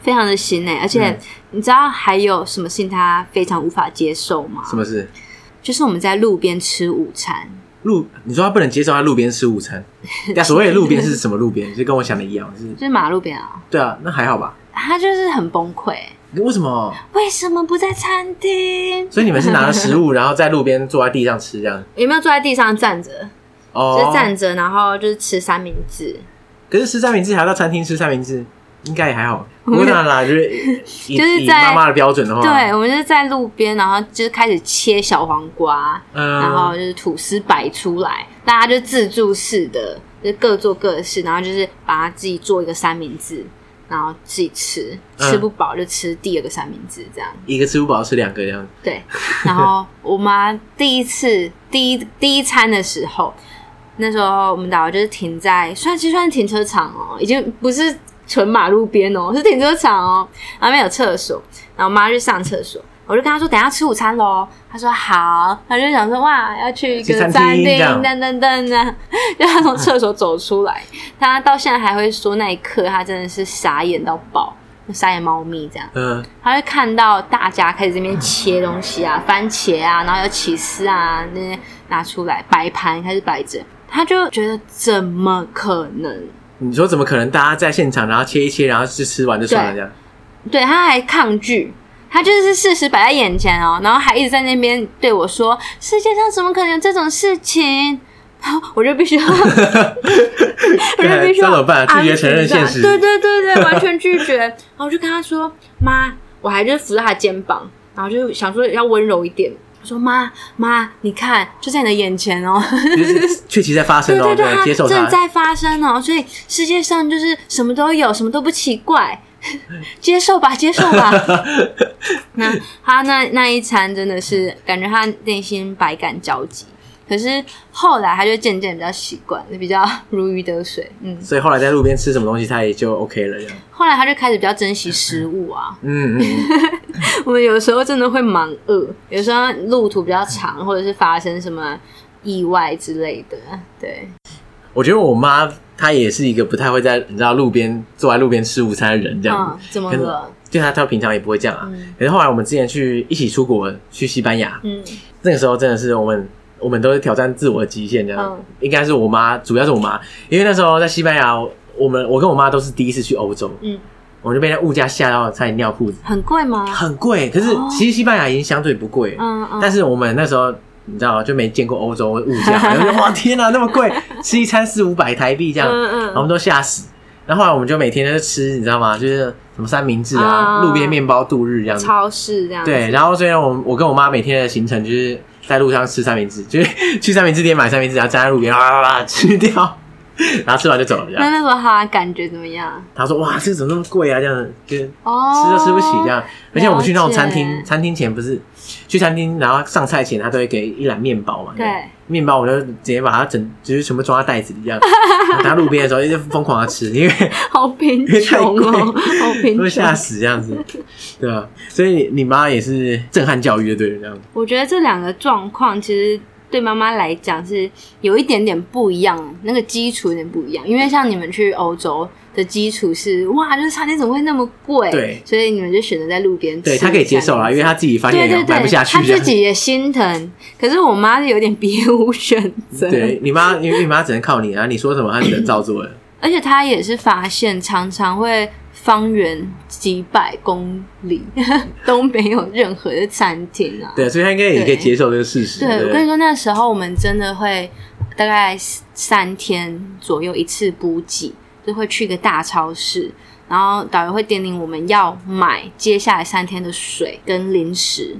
[SPEAKER 2] 非常的心累，而且
[SPEAKER 1] 嗯
[SPEAKER 2] 你知道还有什么事情他非常无法接受吗？
[SPEAKER 1] 什么事？
[SPEAKER 2] 就是我们在路边吃午餐，
[SPEAKER 1] 路，你说她不能接受她路边吃午
[SPEAKER 2] (laughs)
[SPEAKER 1] 餐，那所谓的路边是什么路边？就跟我想的一样，是
[SPEAKER 2] 就是马路边啊，
[SPEAKER 1] 对啊，那还好吧？
[SPEAKER 2] 他就是很崩溃。
[SPEAKER 1] 为什么？
[SPEAKER 2] 为什么不在餐厅？
[SPEAKER 1] 所以你们是拿了食物，然后在路边坐在地上吃这样？
[SPEAKER 2] 有没有坐在地上站着？就
[SPEAKER 1] 哦
[SPEAKER 2] 是，站着，然后就是吃三明治，
[SPEAKER 1] 可是吃三明治还要到餐厅吃三明治，应该也还
[SPEAKER 2] (laughs)
[SPEAKER 1] 好。不过当然啦，就是以
[SPEAKER 2] 就是
[SPEAKER 1] 以
[SPEAKER 2] 在
[SPEAKER 1] 妈妈的标准的话，
[SPEAKER 2] 对，，我们就是在路边，然后就是开始切小黄瓜，然后
[SPEAKER 1] 嗯，
[SPEAKER 2] 就是吐司摆出来，大家就自助式的，就是各做各的事，然后就是把它自己做一个三明治，然后自己吃，
[SPEAKER 1] 嗯
[SPEAKER 2] 吃不饱就吃第二个三明治，这样。
[SPEAKER 1] 一个吃不饱吃两个这样。
[SPEAKER 2] 对，然后我妈第一次第一第一餐的时候，那时候我们导游就是停在，算其实算是停车场哦，已经不是纯马路边哦，是停车场哦，然后那边有厕所，然后我妈就上厕所。我就跟她说，等一下吃午餐喽。她说好，她就想说哇，要去一
[SPEAKER 1] 去
[SPEAKER 2] 个
[SPEAKER 1] 餐
[SPEAKER 2] 餐
[SPEAKER 1] 厅
[SPEAKER 2] 厅，
[SPEAKER 1] 这样
[SPEAKER 2] 噔噔噔噔， (laughs) 就她从厕所走出来。她到现在还会说那一刻，她真的是傻眼到爆，傻眼猫咪这样。
[SPEAKER 1] 嗯，
[SPEAKER 2] 他会看到大家开始这边切东西啊，番茄啊，然后有起司啊那些拿出来摆盘，开始摆着，他就觉得怎么可能？
[SPEAKER 1] 你说怎么可能？大家在现场，然后切一切，然后就吃完就算了这样？
[SPEAKER 2] 对，他还抗拒，他就是事实摆在眼前哦，然后还一直在那边对我说：“世界上怎么可能有这种事情？”然后我就必须要，我就必须
[SPEAKER 1] 这
[SPEAKER 2] 要
[SPEAKER 1] 怎么办拒绝
[SPEAKER 2] 安抚
[SPEAKER 1] 承认
[SPEAKER 2] 他
[SPEAKER 1] 现实
[SPEAKER 2] 对对对
[SPEAKER 1] (laughs)
[SPEAKER 2] 对，完全拒绝。然后我就跟他说：“妈，我还就是扶着他肩膀，然后就想说要温柔一点。”我说妈妈，你看，就在你的眼前哦。 (laughs)
[SPEAKER 1] 就是确实在发生
[SPEAKER 2] 对
[SPEAKER 1] 哦，
[SPEAKER 2] 对对，
[SPEAKER 1] 接受
[SPEAKER 2] 正
[SPEAKER 1] 它。
[SPEAKER 2] 在发生哦，所以世界上就是什么都有，什么都不奇怪， (laughs) 接受吧，接受
[SPEAKER 1] (laughs)
[SPEAKER 2] 吧。那他那那一餐真的是感觉他内心百感交集，可是后来他就渐渐比较习惯，比较如鱼得水。嗯，
[SPEAKER 1] 所以后来在路边吃什么东西，他也就 OK 了，这样。
[SPEAKER 2] 后来他就开始比较珍惜食物啊。
[SPEAKER 1] 嗯嗯嗯，
[SPEAKER 2] (laughs) 我们有时候真的会蛮饿，有时候路途比较长，或者是发生什么意外之类的，对。
[SPEAKER 1] 我觉得我妈她也是一个不太会在你知道路边坐在路边吃午餐的人，这样子
[SPEAKER 2] 嗯。，怎么
[SPEAKER 1] 可能
[SPEAKER 2] 了？
[SPEAKER 1] 对她，她平常也不会这样啊。
[SPEAKER 2] 嗯
[SPEAKER 1] 可是后来我们之前去一起出国去西班牙，
[SPEAKER 2] 嗯，
[SPEAKER 1] 那个时候真的是我们我们都是挑战自我的极限这样。
[SPEAKER 2] 嗯
[SPEAKER 1] 应该是我妈，主要是我妈，因为那时候在西班牙，我们我跟我妈都是第一次去欧洲，
[SPEAKER 2] 嗯，
[SPEAKER 1] 我们就被那物价吓到差点尿裤子，
[SPEAKER 2] 很贵吗？
[SPEAKER 1] 很贵。可是
[SPEAKER 2] 哦
[SPEAKER 1] 其实西班牙已经相对不贵，
[SPEAKER 2] 嗯嗯，
[SPEAKER 1] 但是我们那时候。你知道就没见过欧洲物
[SPEAKER 2] (laughs)
[SPEAKER 1] 价，然后就哇天啊哪、那么贵，吃一餐四五百台币这样，
[SPEAKER 2] 嗯
[SPEAKER 1] 然后我们都吓死。然后后来我们就每天都吃，你知道吗？就是什么三明治
[SPEAKER 2] 啊
[SPEAKER 1] 啊、路边面包度日这样子。
[SPEAKER 2] 超市这样子
[SPEAKER 1] 对，然后虽然我我跟我妈每天的行程就是在路上吃三明治， (laughs) 就是去三明治店买三明治，然后站在路边啊啊啊吃掉，然后吃完就走了。这
[SPEAKER 2] 那
[SPEAKER 1] 样，
[SPEAKER 2] 那时候他感觉怎么样？
[SPEAKER 1] 她说：“哇，这个怎么那么贵啊？这样子就吃
[SPEAKER 2] 哦，
[SPEAKER 1] 都吃不起这。样。”而且我们去那种餐
[SPEAKER 2] 了解
[SPEAKER 1] 厅，餐厅前不是去餐厅，然后上菜前他都会给一篮面包嘛。
[SPEAKER 2] 对，
[SPEAKER 1] 面包我就直接把它整，就是全部装在袋子里
[SPEAKER 2] (laughs)
[SPEAKER 1] 这样。然后拿路边的时候一直疯狂的吃，因为。
[SPEAKER 2] (laughs) 好贫穷
[SPEAKER 1] 因为太
[SPEAKER 2] 哦，好
[SPEAKER 1] (laughs)
[SPEAKER 2] 贫
[SPEAKER 1] 会吓
[SPEAKER 2] 穷。
[SPEAKER 1] 死这样子，对啊，所以你妈也是震撼教育的，对了，这样子，
[SPEAKER 2] 我觉得这两个状况其实。对妈妈来讲是有一点点不一样，那个基础有点不一样，因为像你们去欧洲的基础是哇，就是餐厅怎么会那么贵？
[SPEAKER 1] 对
[SPEAKER 2] 所以你们就选择在路边吃。
[SPEAKER 1] 对她可以接受啊啦，因为她自己发
[SPEAKER 2] 对
[SPEAKER 1] 现
[SPEAKER 2] 对
[SPEAKER 1] 买不
[SPEAKER 2] 对，
[SPEAKER 1] 下去
[SPEAKER 2] 她
[SPEAKER 1] 这
[SPEAKER 2] 自
[SPEAKER 1] 样子，
[SPEAKER 2] 己也心疼。可是我妈是有点别无选择，
[SPEAKER 1] 对你妈，因为你妈只能靠你，然啊后你说什么她只能照做了，
[SPEAKER 2] 而且他也是发现，常常会方圆几百公里 (laughs) 都没有任何的餐厅啊。
[SPEAKER 1] 对，所以她应该也可以接受这个事实，对
[SPEAKER 2] 对，我
[SPEAKER 1] 不
[SPEAKER 2] 跟
[SPEAKER 1] 对，
[SPEAKER 2] 你说，那时候我们真的会大概三天左右一次补给，就会去一个大超市，然后导游会点领我们要买接下来三天的水跟零食。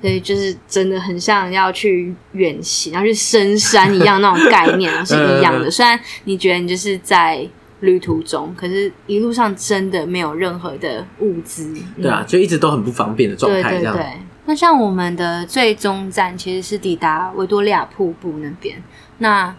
[SPEAKER 2] 所以就是真的很像要去远行，要去深山一样那种概
[SPEAKER 1] (laughs)
[SPEAKER 2] 念啊，是一样
[SPEAKER 1] 嗯
[SPEAKER 2] 的。虽然你觉得你就是在旅途中，可是一路上真的没有任何的物资。嗯
[SPEAKER 1] 对啊，就一直都很不方便的状态，
[SPEAKER 2] 对
[SPEAKER 1] 这
[SPEAKER 2] 对
[SPEAKER 1] 样，
[SPEAKER 2] 对。那像我们的最终站其实是抵达维多利亚瀑布那边，那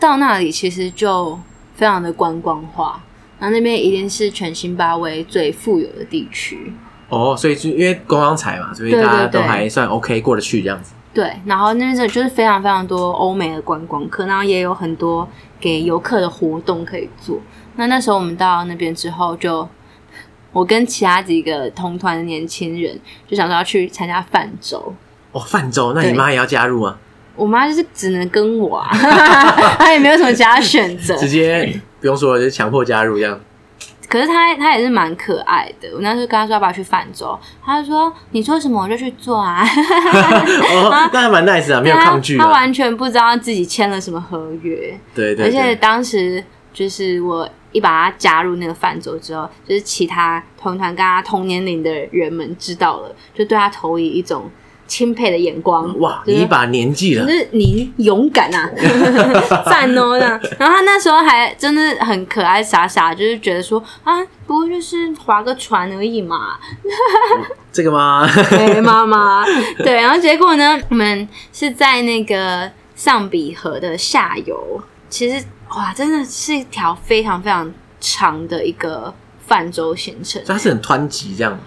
[SPEAKER 2] 到那里其实就非常的观光化，那那边一定是全津巴威最富有的地区。
[SPEAKER 1] 哦，所以就因为公刚财嘛，所以
[SPEAKER 2] 对
[SPEAKER 1] 大
[SPEAKER 2] 对
[SPEAKER 1] 家都
[SPEAKER 2] 对
[SPEAKER 1] 还算 OK 过得去这样子，
[SPEAKER 2] 对，然后那边真的就是非常非常多欧美的观光客，然后也有很多给游客的活动可以做。那那时候我们到那边之后就，我跟其他几个同团的年轻人就想说要去参加泛舟。
[SPEAKER 1] 哦，泛舟，那
[SPEAKER 2] 对
[SPEAKER 1] 你妈也要加入啊，
[SPEAKER 2] 我妈就是只能跟我啊， (laughs) 她也没有什么其他选择。
[SPEAKER 1] 直
[SPEAKER 2] (laughs)
[SPEAKER 1] 接不用说了，就强迫加入这样，
[SPEAKER 2] 可是她她也是蛮可爱的。我那时候跟她说要不要去泛舟，她就说你说什么我就去做啊，
[SPEAKER 1] 哦，那还蛮 nice
[SPEAKER 2] (laughs)
[SPEAKER 1] 啊，没有抗拒
[SPEAKER 2] 她她
[SPEAKER 1] 啊，
[SPEAKER 2] 完全不知道自己签了什么合约，
[SPEAKER 1] 对对，对
[SPEAKER 2] 而且当时就是我一把她加入那个泛舟之后，就是其他同团跟她同年龄的人们知道了，就对她投以一种钦佩的眼光。
[SPEAKER 1] 哇，
[SPEAKER 2] 就是
[SPEAKER 1] 你一把年纪了
[SPEAKER 2] 可。是啊你勇敢啊，赞哦这样。然后他那时候还真的很可爱傻傻，就是觉得说啊，不过就是划个船而已嘛，
[SPEAKER 1] 这个吗？ (laughs)
[SPEAKER 2] 对妈妈。对，然后结果呢，我们是在那个上比河的下游，其实哇，真的是一条非常非常长的一个泛舟行程。
[SPEAKER 1] 所以它是很湍急这
[SPEAKER 2] (laughs)
[SPEAKER 1] 样，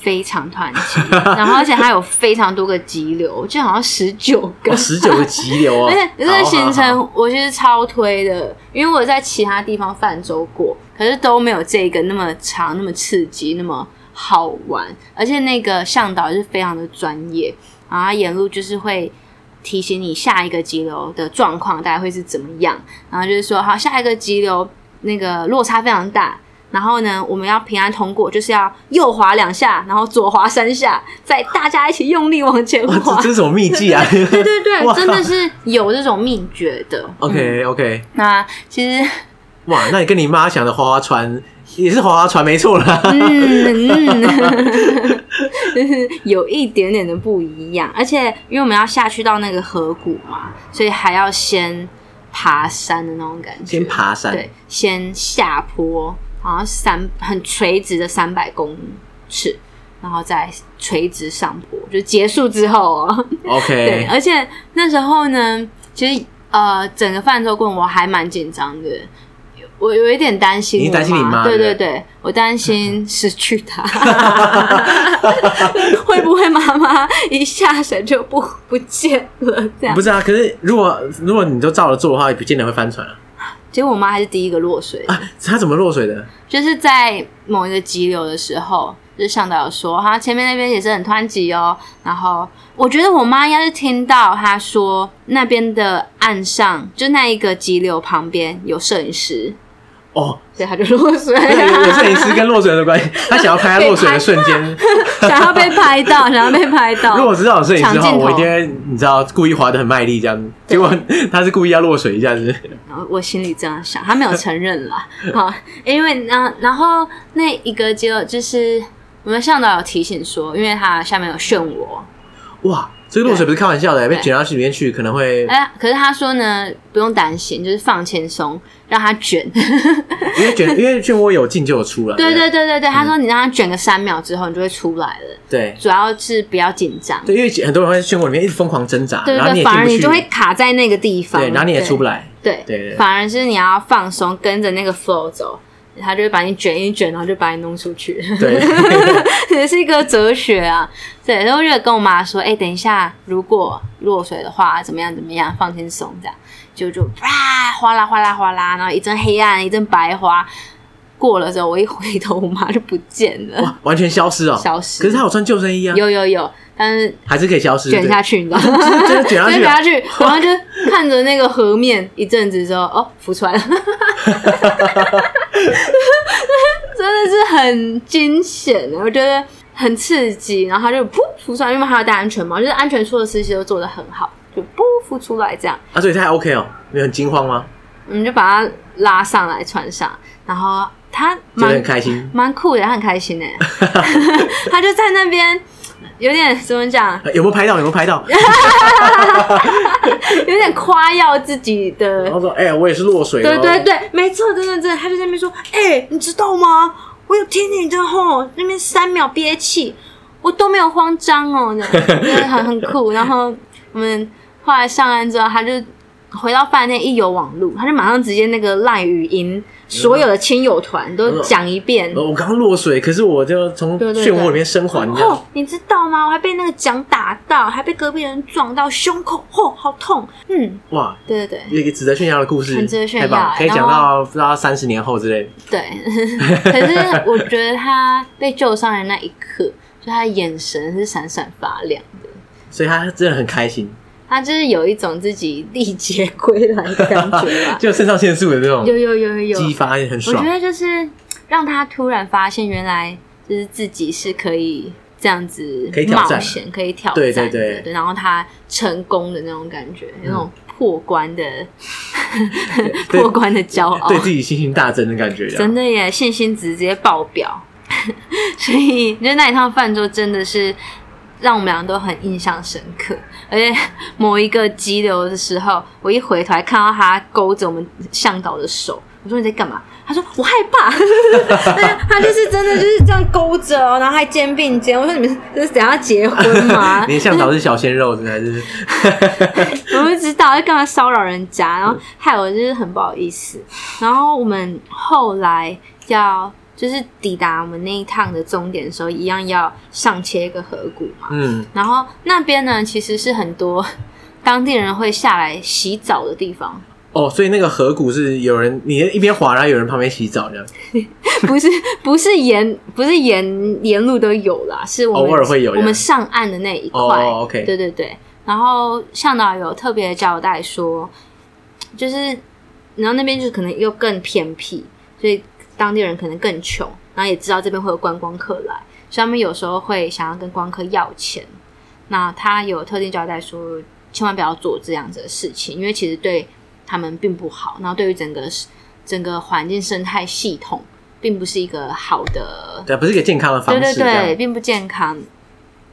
[SPEAKER 2] 非常湍急，然后而且它有非常多个急流，我记得好像十九个
[SPEAKER 1] 哦，，十九个急流哦，
[SPEAKER 2] (laughs) 而且这
[SPEAKER 1] 好
[SPEAKER 2] 个
[SPEAKER 1] 好哦
[SPEAKER 2] 行
[SPEAKER 1] 好
[SPEAKER 2] 程我其实超推的，因为我在其他地方泛舟过，可是都没有这个那么长、那么刺激、那么好玩。而且那个向导也是非常的专业，然后他沿路就是会提醒你下一个急流的状况大概会是怎么样，然后就是说好，下一个急流那个落差非常大。然后呢，我们要平安通过，就是要右滑两下，然后左滑三下，再大家一起用力往前
[SPEAKER 1] 哇，
[SPEAKER 2] 滑
[SPEAKER 1] 这这。是什么秘技啊
[SPEAKER 2] (laughs) 对
[SPEAKER 1] (laughs)
[SPEAKER 2] 对对，
[SPEAKER 1] 哇哦
[SPEAKER 2] 真的是有这种秘诀的。嗯
[SPEAKER 1] ？OK OK，
[SPEAKER 2] 那其
[SPEAKER 1] (laughs)
[SPEAKER 2] 实，
[SPEAKER 1] 哇，那你跟你
[SPEAKER 2] (laughs)
[SPEAKER 1] 妈想的划划船也是划划船没错啦。
[SPEAKER 2] 嗯嗯嗯， (laughs) 就是有一点点的不一样。而且因为我们要下去到那个河谷嘛，所以还要先爬山的那种感觉。
[SPEAKER 1] 先爬山
[SPEAKER 2] 对，先下坡，好像三很垂直的三百公尺，然后再垂直上坡，就结束之后哦。对，
[SPEAKER 1] ，OK，
[SPEAKER 2] 而且那时候呢，其实呃，整个泛舟过程我还蛮紧张的，我有一点担心我
[SPEAKER 1] 你担心你妈
[SPEAKER 2] 对
[SPEAKER 1] 对
[SPEAKER 2] 对
[SPEAKER 1] 不
[SPEAKER 2] 对，我担心失去
[SPEAKER 1] (laughs)
[SPEAKER 2] 她， (laughs) 会不会妈妈一下水就不不见了这 (laughs) 样
[SPEAKER 1] 不？是啊，可是如果如果你都照着做的话，也不见得会翻船啊。
[SPEAKER 2] 结果我妈还是第一个落水的，
[SPEAKER 1] 啊，他怎么落水的？
[SPEAKER 2] 就是在某一个急流的时候，就是向导有说，哈，前面那边也是很湍急哦。然后我觉得我妈应该是听到他说那边的岸上，就那一个急流旁边有摄影师， (laughs)
[SPEAKER 1] 哦，
[SPEAKER 2] 所以她就
[SPEAKER 1] (laughs)
[SPEAKER 2] 落水，
[SPEAKER 1] 那有有摄影
[SPEAKER 2] (laughs)
[SPEAKER 1] 师跟落水的关系，他想要拍他落水的瞬间。
[SPEAKER 2] 想要被拍到，想要被拍
[SPEAKER 1] (laughs)
[SPEAKER 2] (laughs) 到。
[SPEAKER 1] 如果我知道有摄影师的话，
[SPEAKER 2] 抢镜头
[SPEAKER 1] 我一定会你知道故意滑的很卖力这样子，结果他是故意要落水一下子。
[SPEAKER 2] 然后我心里这样想，他没有承认
[SPEAKER 1] (laughs)
[SPEAKER 2] 啦。好，因为然然后那一个急流就是我们向导有提醒说，因为它下面有漩涡，
[SPEAKER 1] 哇，这个落水不是开玩笑的，被
[SPEAKER 2] 对
[SPEAKER 1] 卷到水里面去可能会，
[SPEAKER 2] 哎、可是他说呢，不用担心，就是放轻松，让他卷。 (laughs)
[SPEAKER 1] 因为卷因 (laughs) 为漩涡有进就有出了。
[SPEAKER 2] 对
[SPEAKER 1] 对
[SPEAKER 2] 对对对对，他说你让他卷个三秒之后，你就会出来了。
[SPEAKER 1] 对
[SPEAKER 2] 主要是不要紧张，
[SPEAKER 1] 对，因为很多人会在漩涡里面一直疯狂挣扎，
[SPEAKER 2] 对
[SPEAKER 1] 然后
[SPEAKER 2] 对
[SPEAKER 1] 你
[SPEAKER 2] 对，
[SPEAKER 1] 也
[SPEAKER 2] 反
[SPEAKER 1] 进
[SPEAKER 2] 而
[SPEAKER 1] 不
[SPEAKER 2] 你
[SPEAKER 1] 去
[SPEAKER 2] 就，会卡在那个地方，
[SPEAKER 1] 对，然后你也出不
[SPEAKER 2] 来。
[SPEAKER 1] 来。
[SPEAKER 2] 对
[SPEAKER 1] 对对对
[SPEAKER 2] 反而是你要放松，跟着那个 flow 走，他就会把你卷一卷，然后就把你弄出去。
[SPEAKER 1] 对，
[SPEAKER 2] (laughs) 也 (laughs) 是一个哲学啊。对，然后我就跟我妈说，哎、等一下，如果落水的话，怎么样怎么样，放轻松这样。就就啪哗啦哗啦哗啦，然后一阵黑暗，一阵白花。过了之后，我一回头，我妈就不见了，
[SPEAKER 1] 哇，完全消失哦，
[SPEAKER 2] 消失
[SPEAKER 1] 可是他有穿救生衣啊，
[SPEAKER 2] 有有有，但是
[SPEAKER 1] 还是可以消失。
[SPEAKER 2] 卷
[SPEAKER 1] 对
[SPEAKER 2] 下去，你知道
[SPEAKER 1] (laughs)
[SPEAKER 2] 吗？
[SPEAKER 1] 真的卷下
[SPEAKER 2] 就
[SPEAKER 1] 去
[SPEAKER 2] 卷
[SPEAKER 1] 啊 (laughs)
[SPEAKER 2] 下，去，然后就看着那个河面一阵子之后，哦，浮出来了， (laughs) 真的是很惊险的，我觉得很刺激。然后它就噗浮出来，因为它有戴安全帽，就是安全措施其实都做得很好，就噗浮出来这样，
[SPEAKER 1] 啊，所以他还 OK 哦，没有很惊慌吗？
[SPEAKER 2] 我们就把它拉上来穿上，然后它
[SPEAKER 1] 觉得
[SPEAKER 2] 蛮
[SPEAKER 1] 很开心，
[SPEAKER 2] 蛮酷的，它很开心 (laughs) 哎，它就在那边有点怎么讲，
[SPEAKER 1] 有没有拍到？有没有拍到？
[SPEAKER 2] 有点夸耀自己的
[SPEAKER 1] 然后说，哎、我也是落水。
[SPEAKER 2] 对对。对，没错，真的真的，他就在那边说：“哎、你知道吗？我有听你的吼，那边三秒憋气，我都没有慌张哦，这样真的很很 (laughs) 酷。”然后我们后来上岸之后，他就回到饭店一有网路，他就马上直接那个赖语音，所有的亲友团都讲一遍。
[SPEAKER 1] 我刚刚落水，可是我就从
[SPEAKER 2] 对对
[SPEAKER 1] 漩
[SPEAKER 2] 对
[SPEAKER 1] 涡里面生还，这样
[SPEAKER 2] 哦，你知道吗？我还被那个桨打到，还被隔壁人撞到胸口，吼、好痛！嗯，
[SPEAKER 1] 哇，
[SPEAKER 2] 对对对，
[SPEAKER 1] 一个值得炫耀的故事，
[SPEAKER 2] 很值得炫
[SPEAKER 1] 太棒
[SPEAKER 2] 耀
[SPEAKER 1] 了可以
[SPEAKER 2] 然
[SPEAKER 1] 讲
[SPEAKER 2] 后
[SPEAKER 1] 到不知道三十年后之类的。
[SPEAKER 2] 对， (laughs) 可是我觉得他被救上来那一刻，就他的眼神是闪闪发亮的，
[SPEAKER 1] 所以他真的很开心，
[SPEAKER 2] 他就是有一种自己历劫归来的感觉吧。
[SPEAKER 1] (laughs) 就肾上腺素的这种
[SPEAKER 2] 有有有有
[SPEAKER 1] 激
[SPEAKER 2] 有，
[SPEAKER 1] 发，也很
[SPEAKER 2] 我觉
[SPEAKER 1] 爽。
[SPEAKER 2] 得就是让他突然发现，原来就是自己是可以这样子
[SPEAKER 1] 可以挑
[SPEAKER 2] 冒
[SPEAKER 1] 战
[SPEAKER 2] 险，可以挑战
[SPEAKER 1] 对
[SPEAKER 2] 的，
[SPEAKER 1] 对对
[SPEAKER 2] 然后他成功的那种感觉，那种破关的 (laughs)
[SPEAKER 1] 对
[SPEAKER 2] 破关的骄傲，
[SPEAKER 1] 对自己信心大增的感觉，？
[SPEAKER 2] 哦真的耶，信心值直接爆表。 (laughs) 所以，就那一趟饭桌真的是让我们俩都很印象深刻。而且某一个激流的时候，我一回头还看到他勾着我们向导的手，我说你在干嘛？他说我害怕。 (laughs) 对，他就是真的就是这样勾着哦，然后还肩并肩。我说你们这是等下结婚吗
[SPEAKER 1] 你的向导是小鲜肉，真的还是
[SPEAKER 2] 我不知道，就干嘛骚扰人家，然后害我就是很不好意思。然后我们后来要就是抵达我们那一趟的终点的时候，一样要上切一个河谷嘛。
[SPEAKER 1] 嗯，
[SPEAKER 2] 然后那边呢，其实是很多当地人会下来洗澡的地方， (laughs)
[SPEAKER 1] 哦，所以那个河谷是有人你一边滑，然后有人旁边洗澡这样，
[SPEAKER 2] 不是不是沿不是沿沿路都有啦，是我们
[SPEAKER 1] 偶尔会有这样
[SPEAKER 2] 我们上岸的那一块。
[SPEAKER 1] 哦，OK
[SPEAKER 2] 对对对。然后向导有特别交代说，就是然后那边就是可能又更偏僻，所以当地人可能更穷，然后也知道这边会有观光客来，所以他们有时候会想要跟观光客要钱。那他有特定交代说，千万不要做这样子的事情，因为其实对他们并不好，然后对于整个整个环境生态系统并不是一个好的，
[SPEAKER 1] 对，不是一个健康的方
[SPEAKER 2] 对
[SPEAKER 1] 式。
[SPEAKER 2] 对
[SPEAKER 1] 这样
[SPEAKER 2] 对，并不健康，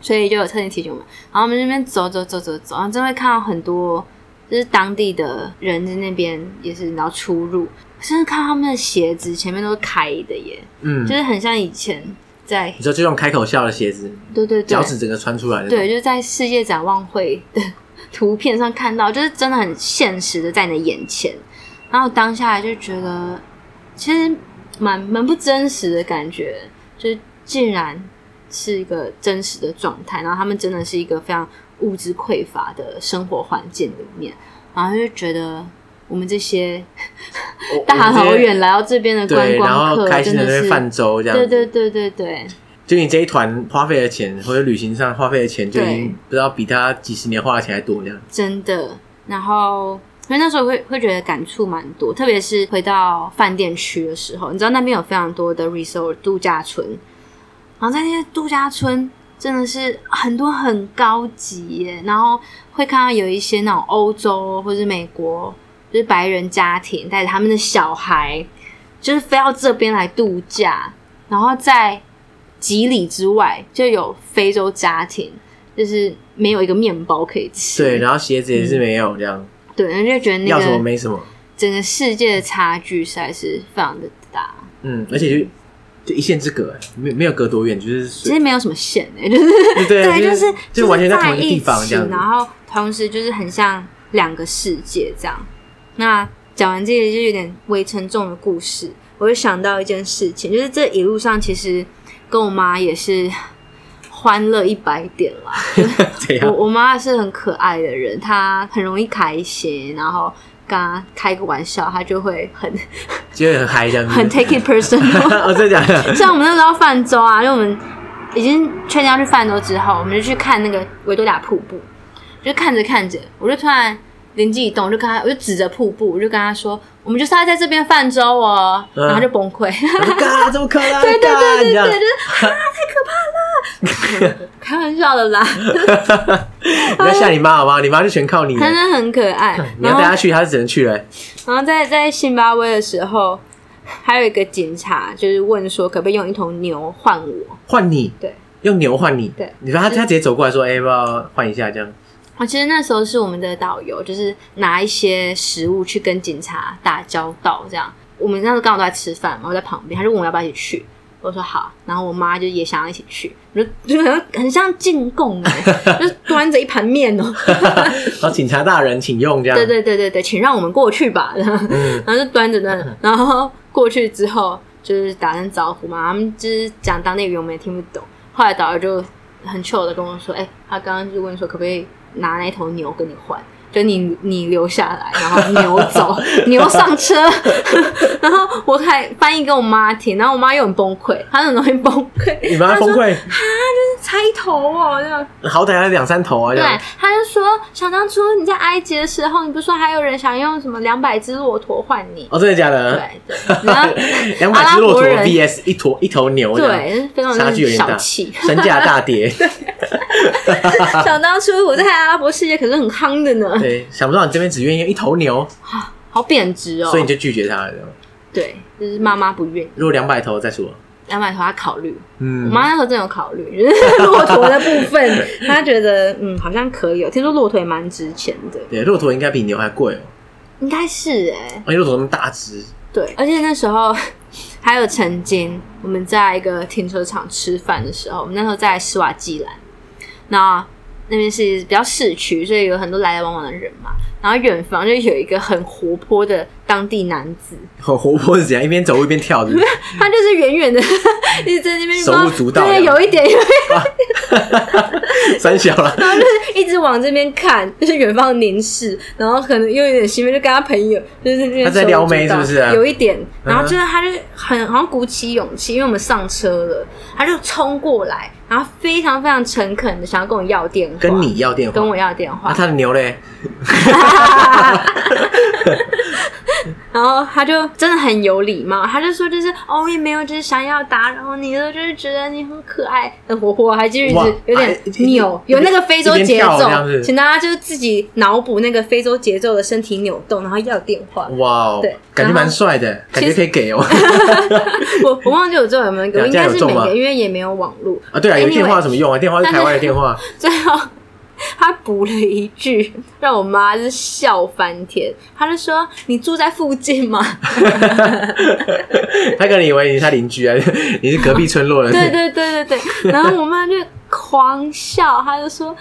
[SPEAKER 2] 所以就有特定提醒我们。然后我们这边走走走走走，然后真会看到很多就是当地的人在那边也是然后出入，甚至看到他们的鞋子前面都是开的耶，就
[SPEAKER 1] 嗯，
[SPEAKER 2] 是很像以前在
[SPEAKER 1] 你说这种开口笑的鞋子，
[SPEAKER 2] 对对对
[SPEAKER 1] 脚趾整个穿出来的，
[SPEAKER 2] 对，就是在世界展望会的图片上看到，就是真的很现实的在你的眼前，然后当下就觉得其实蛮蛮不真实的感觉，就是竟然是一个真实的状态，然后他们真的是一个非常物质匮乏的生活环境里面，然后就觉得我们这些
[SPEAKER 1] 我
[SPEAKER 2] 大老。
[SPEAKER 1] 我们这些
[SPEAKER 2] 远来到这边的观
[SPEAKER 1] 哦对，然
[SPEAKER 2] 光
[SPEAKER 1] 后
[SPEAKER 2] 客，
[SPEAKER 1] 开心
[SPEAKER 2] 真
[SPEAKER 1] 的
[SPEAKER 2] 的
[SPEAKER 1] 在那边
[SPEAKER 2] 是
[SPEAKER 1] 泛舟这样
[SPEAKER 2] 对
[SPEAKER 1] 子，
[SPEAKER 2] 对对对对，
[SPEAKER 1] 就你这一团花费的钱或者旅行上花费的钱，就已经
[SPEAKER 2] 对
[SPEAKER 1] 不知道比他几十年花的钱还多这样。
[SPEAKER 2] 真的。然后，因为那时候会会觉得感触蛮多，特别是回到饭店区的时候，你知道那边有非常多的 resort 度假村，然后在那些度假村真的是很多很高级耶，然后会看到有一些那种欧洲或是美国，就是白人家庭带着他们的小孩，就是飞到这边来度假，然后在几里之外就有非洲家庭。就是没有一个面包可以吃，
[SPEAKER 1] 对，然后鞋子也是没有这样，
[SPEAKER 2] 对，然后就觉得那
[SPEAKER 1] 要什么
[SPEAKER 2] 个
[SPEAKER 1] 没什么。
[SPEAKER 2] 整个世界的差距实在是非常的大，
[SPEAKER 1] 嗯，而且就就一线之隔，没有没有隔多远，就是
[SPEAKER 2] 其
[SPEAKER 1] 随
[SPEAKER 2] 实没有什么线诶、就是
[SPEAKER 1] 对对，啊
[SPEAKER 2] 对，
[SPEAKER 1] 就
[SPEAKER 2] 就是
[SPEAKER 1] 就完全在
[SPEAKER 2] 在
[SPEAKER 1] 同一个地方这
[SPEAKER 2] 一起
[SPEAKER 1] 样子
[SPEAKER 2] 然。后同时就是很像两个世界这样。那讲完这个就有点微沉重的故事，我就想到一件事情，就是这一路上其实跟我妈也是欢乐一百点
[SPEAKER 1] (laughs)
[SPEAKER 2] 啦，
[SPEAKER 1] 这
[SPEAKER 2] 我
[SPEAKER 1] 样，
[SPEAKER 2] 我妈是很可爱的人，她很容易开心，然后跟她开个玩笑，她就会很
[SPEAKER 1] 就很嗨这样子。
[SPEAKER 2] 很
[SPEAKER 1] (laughs)
[SPEAKER 2] take it (laughs) personal。
[SPEAKER 1] 哦，真的假的？ (laughs)
[SPEAKER 2] 像我们那时候泛舟啊，因为我们已经确定要去泛舟之后，我们就去看那个维多利亚瀑布，就看着看着，我就突然灵机一动，我就跟他，我就指着瀑布，我就跟他说，我们就是要在这边泛舟哦，
[SPEAKER 1] 嗯
[SPEAKER 2] 然后他就崩溃。
[SPEAKER 1] 我说嘎，怎么可能？
[SPEAKER 2] (laughs) 对对
[SPEAKER 1] 嘎
[SPEAKER 2] 对对
[SPEAKER 1] 这样
[SPEAKER 2] 对，就是啊，太可怕了！ (laughs) 开玩笑的啦，
[SPEAKER 1] (laughs) 你要吓你妈好不好？你妈就全靠你了。
[SPEAKER 2] 真的很可 (laughs) 爱。
[SPEAKER 1] 你
[SPEAKER 2] 然
[SPEAKER 1] 要
[SPEAKER 2] 后
[SPEAKER 1] 带她去，她是只能去了。
[SPEAKER 2] 然后在在津巴威的时候，还有一个警察就是问说，可不可以用一头牛换我？
[SPEAKER 1] 换你，
[SPEAKER 2] 对，
[SPEAKER 1] 用牛换你，
[SPEAKER 2] 对
[SPEAKER 1] 你说他他直接走过来说，哎、要不要换一下这样？
[SPEAKER 2] 啊，其实那时候是我们的导游，就是拿一些食物去跟警察打交道，这样。我们那时候刚好都在吃饭嘛，我在旁边，他就问我要不要一起去，我说好，然后我妈就也想要一起去，我就就很很像进贡哎、 (laughs) 就是端着一盘面哦、
[SPEAKER 1] 然后警察大人请用这样，
[SPEAKER 2] 对对对对对，请让我们过去吧，然后
[SPEAKER 1] 嗯，
[SPEAKER 2] 然后就端着那，然后过去之后就是打声招呼嘛，他们就是讲当地语，我们也听不懂。后来导游就很 chill 的跟我说：“哎、他刚刚就问说可不可以拿那头牛跟你换，就你你留下来，然后牛
[SPEAKER 1] (laughs)
[SPEAKER 2] 走，牛上车。” (laughs) 然后我还翻译给我妈听，然后我妈又很崩溃，她很容易崩溃，
[SPEAKER 1] 你妈
[SPEAKER 2] 她
[SPEAKER 1] 崩
[SPEAKER 2] 说
[SPEAKER 1] 溃，
[SPEAKER 2] 猜头哦，这样。
[SPEAKER 1] 好歹要两三头啊这
[SPEAKER 2] 对
[SPEAKER 1] 样，，
[SPEAKER 2] 他就说，想当初你在埃及的时候，你不是说还有人想用什么两百只骆驼换你？
[SPEAKER 1] 哦，真的假的？
[SPEAKER 2] 对对，然后
[SPEAKER 1] (laughs) 两
[SPEAKER 2] 阿
[SPEAKER 1] 百
[SPEAKER 2] 拉
[SPEAKER 1] 只骆
[SPEAKER 2] 伯
[SPEAKER 1] 驼
[SPEAKER 2] 人
[SPEAKER 1] VS 一坨一头牛这样，
[SPEAKER 2] 对，非常
[SPEAKER 1] 差距有
[SPEAKER 2] 的
[SPEAKER 1] 点
[SPEAKER 2] 小
[SPEAKER 1] 大，
[SPEAKER 2] (laughs) 气。
[SPEAKER 1] 身价大跌。
[SPEAKER 2] 想当初我在阿拉伯世界可是很夯的呢，
[SPEAKER 1] 对，想不到你这边只愿意一头牛，
[SPEAKER 2] (laughs) 好贬值哦。
[SPEAKER 1] 所以你就拒绝他了。这样
[SPEAKER 2] 对，就是妈妈不愿意，
[SPEAKER 1] 如果两百头再说，
[SPEAKER 2] 两百头她考虑。我
[SPEAKER 1] 嗯，
[SPEAKER 2] 妈那时候真的有考虑， (laughs) 就是骆驼的部分，她觉得嗯好像可以哦。听说骆驼也蛮值钱的，
[SPEAKER 1] 对，骆驼应该比牛还贵哦，
[SPEAKER 2] 应该是哎、
[SPEAKER 1] 而且骆驼那么大只，
[SPEAKER 2] 对，而且那时候 (laughs) 还有曾经我们在一个停车场吃饭的时候，我们那时候在斯瓦季兰，那那边是比较市区，所以有很多来来往往的人嘛。然后远方就有一个很活泼的当地男子，
[SPEAKER 1] 很活泼是怎样？一边走一边跳是不是，
[SPEAKER 2] 他就是远远的 (laughs) 一直在那边
[SPEAKER 1] 嗯手舞足蹈
[SPEAKER 2] 对，
[SPEAKER 1] 这样
[SPEAKER 2] 有一点，
[SPEAKER 1] (laughs) 三小了。
[SPEAKER 2] 然后就是一直往这边看，就是远方凝视，然后可能又有点兴奋，就跟他朋友就是那边
[SPEAKER 1] 他在
[SPEAKER 2] 手舞
[SPEAKER 1] 撩
[SPEAKER 2] 足
[SPEAKER 1] 妹是不
[SPEAKER 2] 蹈
[SPEAKER 1] 是啊
[SPEAKER 2] 有一点，然后
[SPEAKER 1] 嗯
[SPEAKER 2] 就是他就很好像鼓起勇气，因为我们上车了，他就冲过来，然后非常非常诚恳的想要跟我要电话，
[SPEAKER 1] 跟你要电话，
[SPEAKER 2] 跟我要电
[SPEAKER 1] 啊，
[SPEAKER 2] 话，
[SPEAKER 1] 他的牛嘞？
[SPEAKER 3] 然后他就真的很有礼貌，他就说就是哦也没有，就是想要打扰你的，就是觉得你很可爱、很活泼，还就是
[SPEAKER 1] 哇
[SPEAKER 3] 有点
[SPEAKER 1] 哎
[SPEAKER 3] 扭，
[SPEAKER 1] 一
[SPEAKER 3] 有
[SPEAKER 1] 边
[SPEAKER 3] 那个非洲
[SPEAKER 1] 一边
[SPEAKER 3] 节
[SPEAKER 1] 跳
[SPEAKER 3] 奏
[SPEAKER 1] 这样子，
[SPEAKER 3] 请大家就是自己脑补那个非洲节奏的身体扭动，然后要电话。
[SPEAKER 1] 哇哦
[SPEAKER 3] 对，
[SPEAKER 1] 感
[SPEAKER 3] 然
[SPEAKER 1] 觉
[SPEAKER 3] 后
[SPEAKER 1] 蛮帅的，感觉可以给哦。
[SPEAKER 3] (laughs)
[SPEAKER 1] (laughs)
[SPEAKER 3] 我我忘记我最后有没有给，
[SPEAKER 1] 两
[SPEAKER 3] 我应
[SPEAKER 1] 家
[SPEAKER 3] 该
[SPEAKER 1] 哎有
[SPEAKER 3] 是
[SPEAKER 1] 中
[SPEAKER 3] 没
[SPEAKER 1] 吗
[SPEAKER 3] 给，因为也没有网络。
[SPEAKER 1] 啊，对啊，有
[SPEAKER 3] Anyway，
[SPEAKER 1] 电话有什么用啊？电话是台湾的电话，
[SPEAKER 3] 最后他补了一句，让我妈是笑翻天。他就说：“你住在附近吗？”
[SPEAKER 1] 他可能以为你是他邻居啊，你是隔壁村落的。
[SPEAKER 3] 对对对对对。然后我妈就狂笑，她就
[SPEAKER 1] (laughs)
[SPEAKER 3] 说：“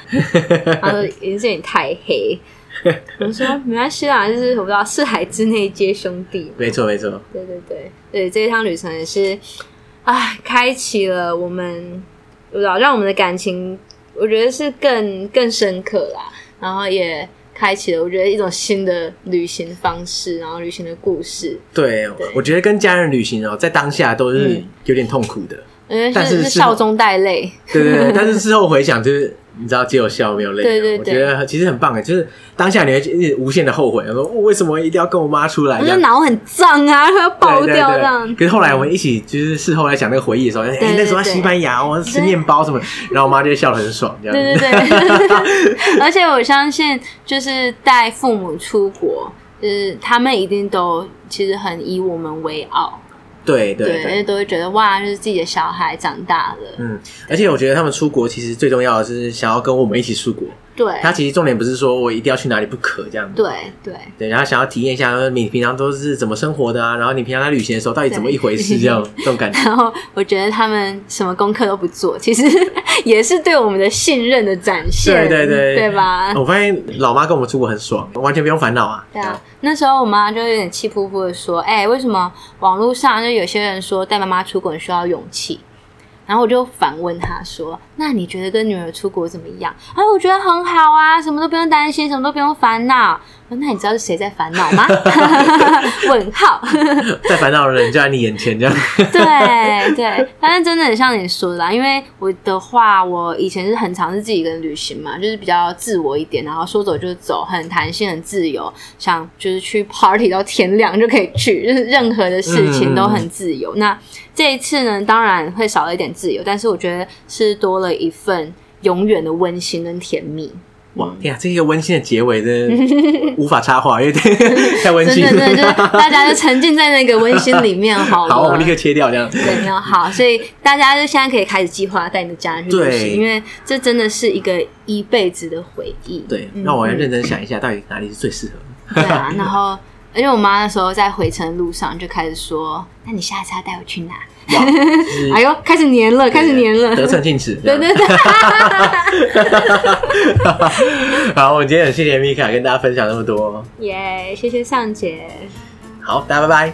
[SPEAKER 3] 她说眼睛也太黑。”我说：“没关系啦，就是我不知道四海之内皆兄弟。
[SPEAKER 1] (laughs) 没错没错，”
[SPEAKER 3] 对对对对，这一趟旅程也是，唉，开启了我们，我不知道让我们的感情，我觉得是更更深刻啦。然后也开启了我觉得一种新的旅行方式，然后旅行的故事，
[SPEAKER 1] 对，哦我觉得跟家人旅行哦，在当下都
[SPEAKER 3] 嗯
[SPEAKER 1] 是有点痛苦的。
[SPEAKER 3] 我觉得
[SPEAKER 1] 但是
[SPEAKER 3] 是
[SPEAKER 1] 是
[SPEAKER 3] 是笑中带泪。
[SPEAKER 1] 对对对，但是事后回想，就是你知道，只有笑没有泪啊。
[SPEAKER 3] 对对
[SPEAKER 1] 我
[SPEAKER 3] 对
[SPEAKER 1] 觉得其实很棒的，就是当下你会一直无限的后悔，说我为什么一定要跟我妈出来
[SPEAKER 3] 我
[SPEAKER 1] 这
[SPEAKER 3] 就
[SPEAKER 1] 样。
[SPEAKER 3] 脑很胀啊，快要爆
[SPEAKER 1] 对对
[SPEAKER 3] 掉
[SPEAKER 1] 对
[SPEAKER 3] 这样。
[SPEAKER 1] 可是后来我们一起就是事后来讲那个回忆的时候，哎、
[SPEAKER 3] 对
[SPEAKER 1] 那时候在
[SPEAKER 3] 对
[SPEAKER 1] 西班牙，我吃面包什么，然后我妈就笑得很爽，这样
[SPEAKER 2] 对
[SPEAKER 1] 子。
[SPEAKER 2] 对对， (laughs) 而且我相信，就是带父母出国，就是他们一定都其实很以我们为傲，
[SPEAKER 1] 对对
[SPEAKER 2] 对，
[SPEAKER 1] 对
[SPEAKER 2] 因为都会觉得哇，就是自己的小孩长大了，
[SPEAKER 1] 嗯，而且我觉得他们出国其实最重要的是想要跟我们一起出国。
[SPEAKER 2] 对
[SPEAKER 1] 他其实重点不是说我一定要去哪里不可这样子，
[SPEAKER 2] 对对， (laughs)
[SPEAKER 1] 对，然后想要体验一下呃你平常都是怎么生活的啊，然后你平常在旅行的时候到底怎么一回事
[SPEAKER 3] (laughs)
[SPEAKER 1] 这样这种感觉。
[SPEAKER 2] 然后我觉得他们什么功课都不做，其实 (laughs) 也是对我们的信任的展现，
[SPEAKER 1] 对对对，
[SPEAKER 2] 对吧？
[SPEAKER 1] 我发现老妈跟我们出国很爽，完全不用烦恼啊。
[SPEAKER 2] 对啊，那时候我妈就有点气呼呼的说：“哎、为什么网络上就有些人说带妈妈出国需要勇气？”然后我就反问她说：“那你觉得跟女儿出国怎么样？”哎，我觉得很好啊，什么都不用担心，什么都不用烦恼。我说那你知道是谁在烦恼吗？ (laughs) 问号。
[SPEAKER 1] (laughs) 再烦恼的人就在你眼前这样。
[SPEAKER 2] (laughs) 对对，但是真的很像你说的啦，因为我的话，我以前是很常是自己一个人旅行嘛，就是比较自我一点，然后说走就走，很弹性、很自由，想就是去 party 到天亮就可以去，就是任何的事
[SPEAKER 1] 嗯
[SPEAKER 2] 情都很自由。那这一次呢，当然会少了一点自由，但是我觉得是多了一份永远的温馨跟甜蜜。
[SPEAKER 1] 哇，天啊，这一个温馨的结尾
[SPEAKER 2] (laughs)
[SPEAKER 1] 真的无法插话，因为太温
[SPEAKER 2] 真
[SPEAKER 1] 馨
[SPEAKER 2] 的，真的就是
[SPEAKER 1] 了。
[SPEAKER 2] 大家就沉浸在那个温馨里面好
[SPEAKER 1] (laughs)
[SPEAKER 2] 了。
[SPEAKER 1] 好，我们立刻切掉这样。
[SPEAKER 2] 对，那好，所以大家就现在可以开始计划带你的家人去旅
[SPEAKER 1] 对
[SPEAKER 2] 行，因为这真的是一个一辈子的回忆。
[SPEAKER 1] 对，那我来认真想一下，到底哪里是最适合的。
[SPEAKER 2] 对
[SPEAKER 1] (laughs)
[SPEAKER 2] 啊，然后而且我妈那时候在回程的路上就开始说：“那你下次要带我去哪
[SPEAKER 1] 哇，就是？”
[SPEAKER 2] 哎呦，开始黏了， (laughs) 开始黏了。
[SPEAKER 1] 得寸进尺。对
[SPEAKER 2] 对对 (laughs) 对，
[SPEAKER 1] (laughs) 好，我们今天很谢谢米卡跟大家分享那么多。
[SPEAKER 3] 耶谢谢尚杰。
[SPEAKER 1] 好，大家拜拜。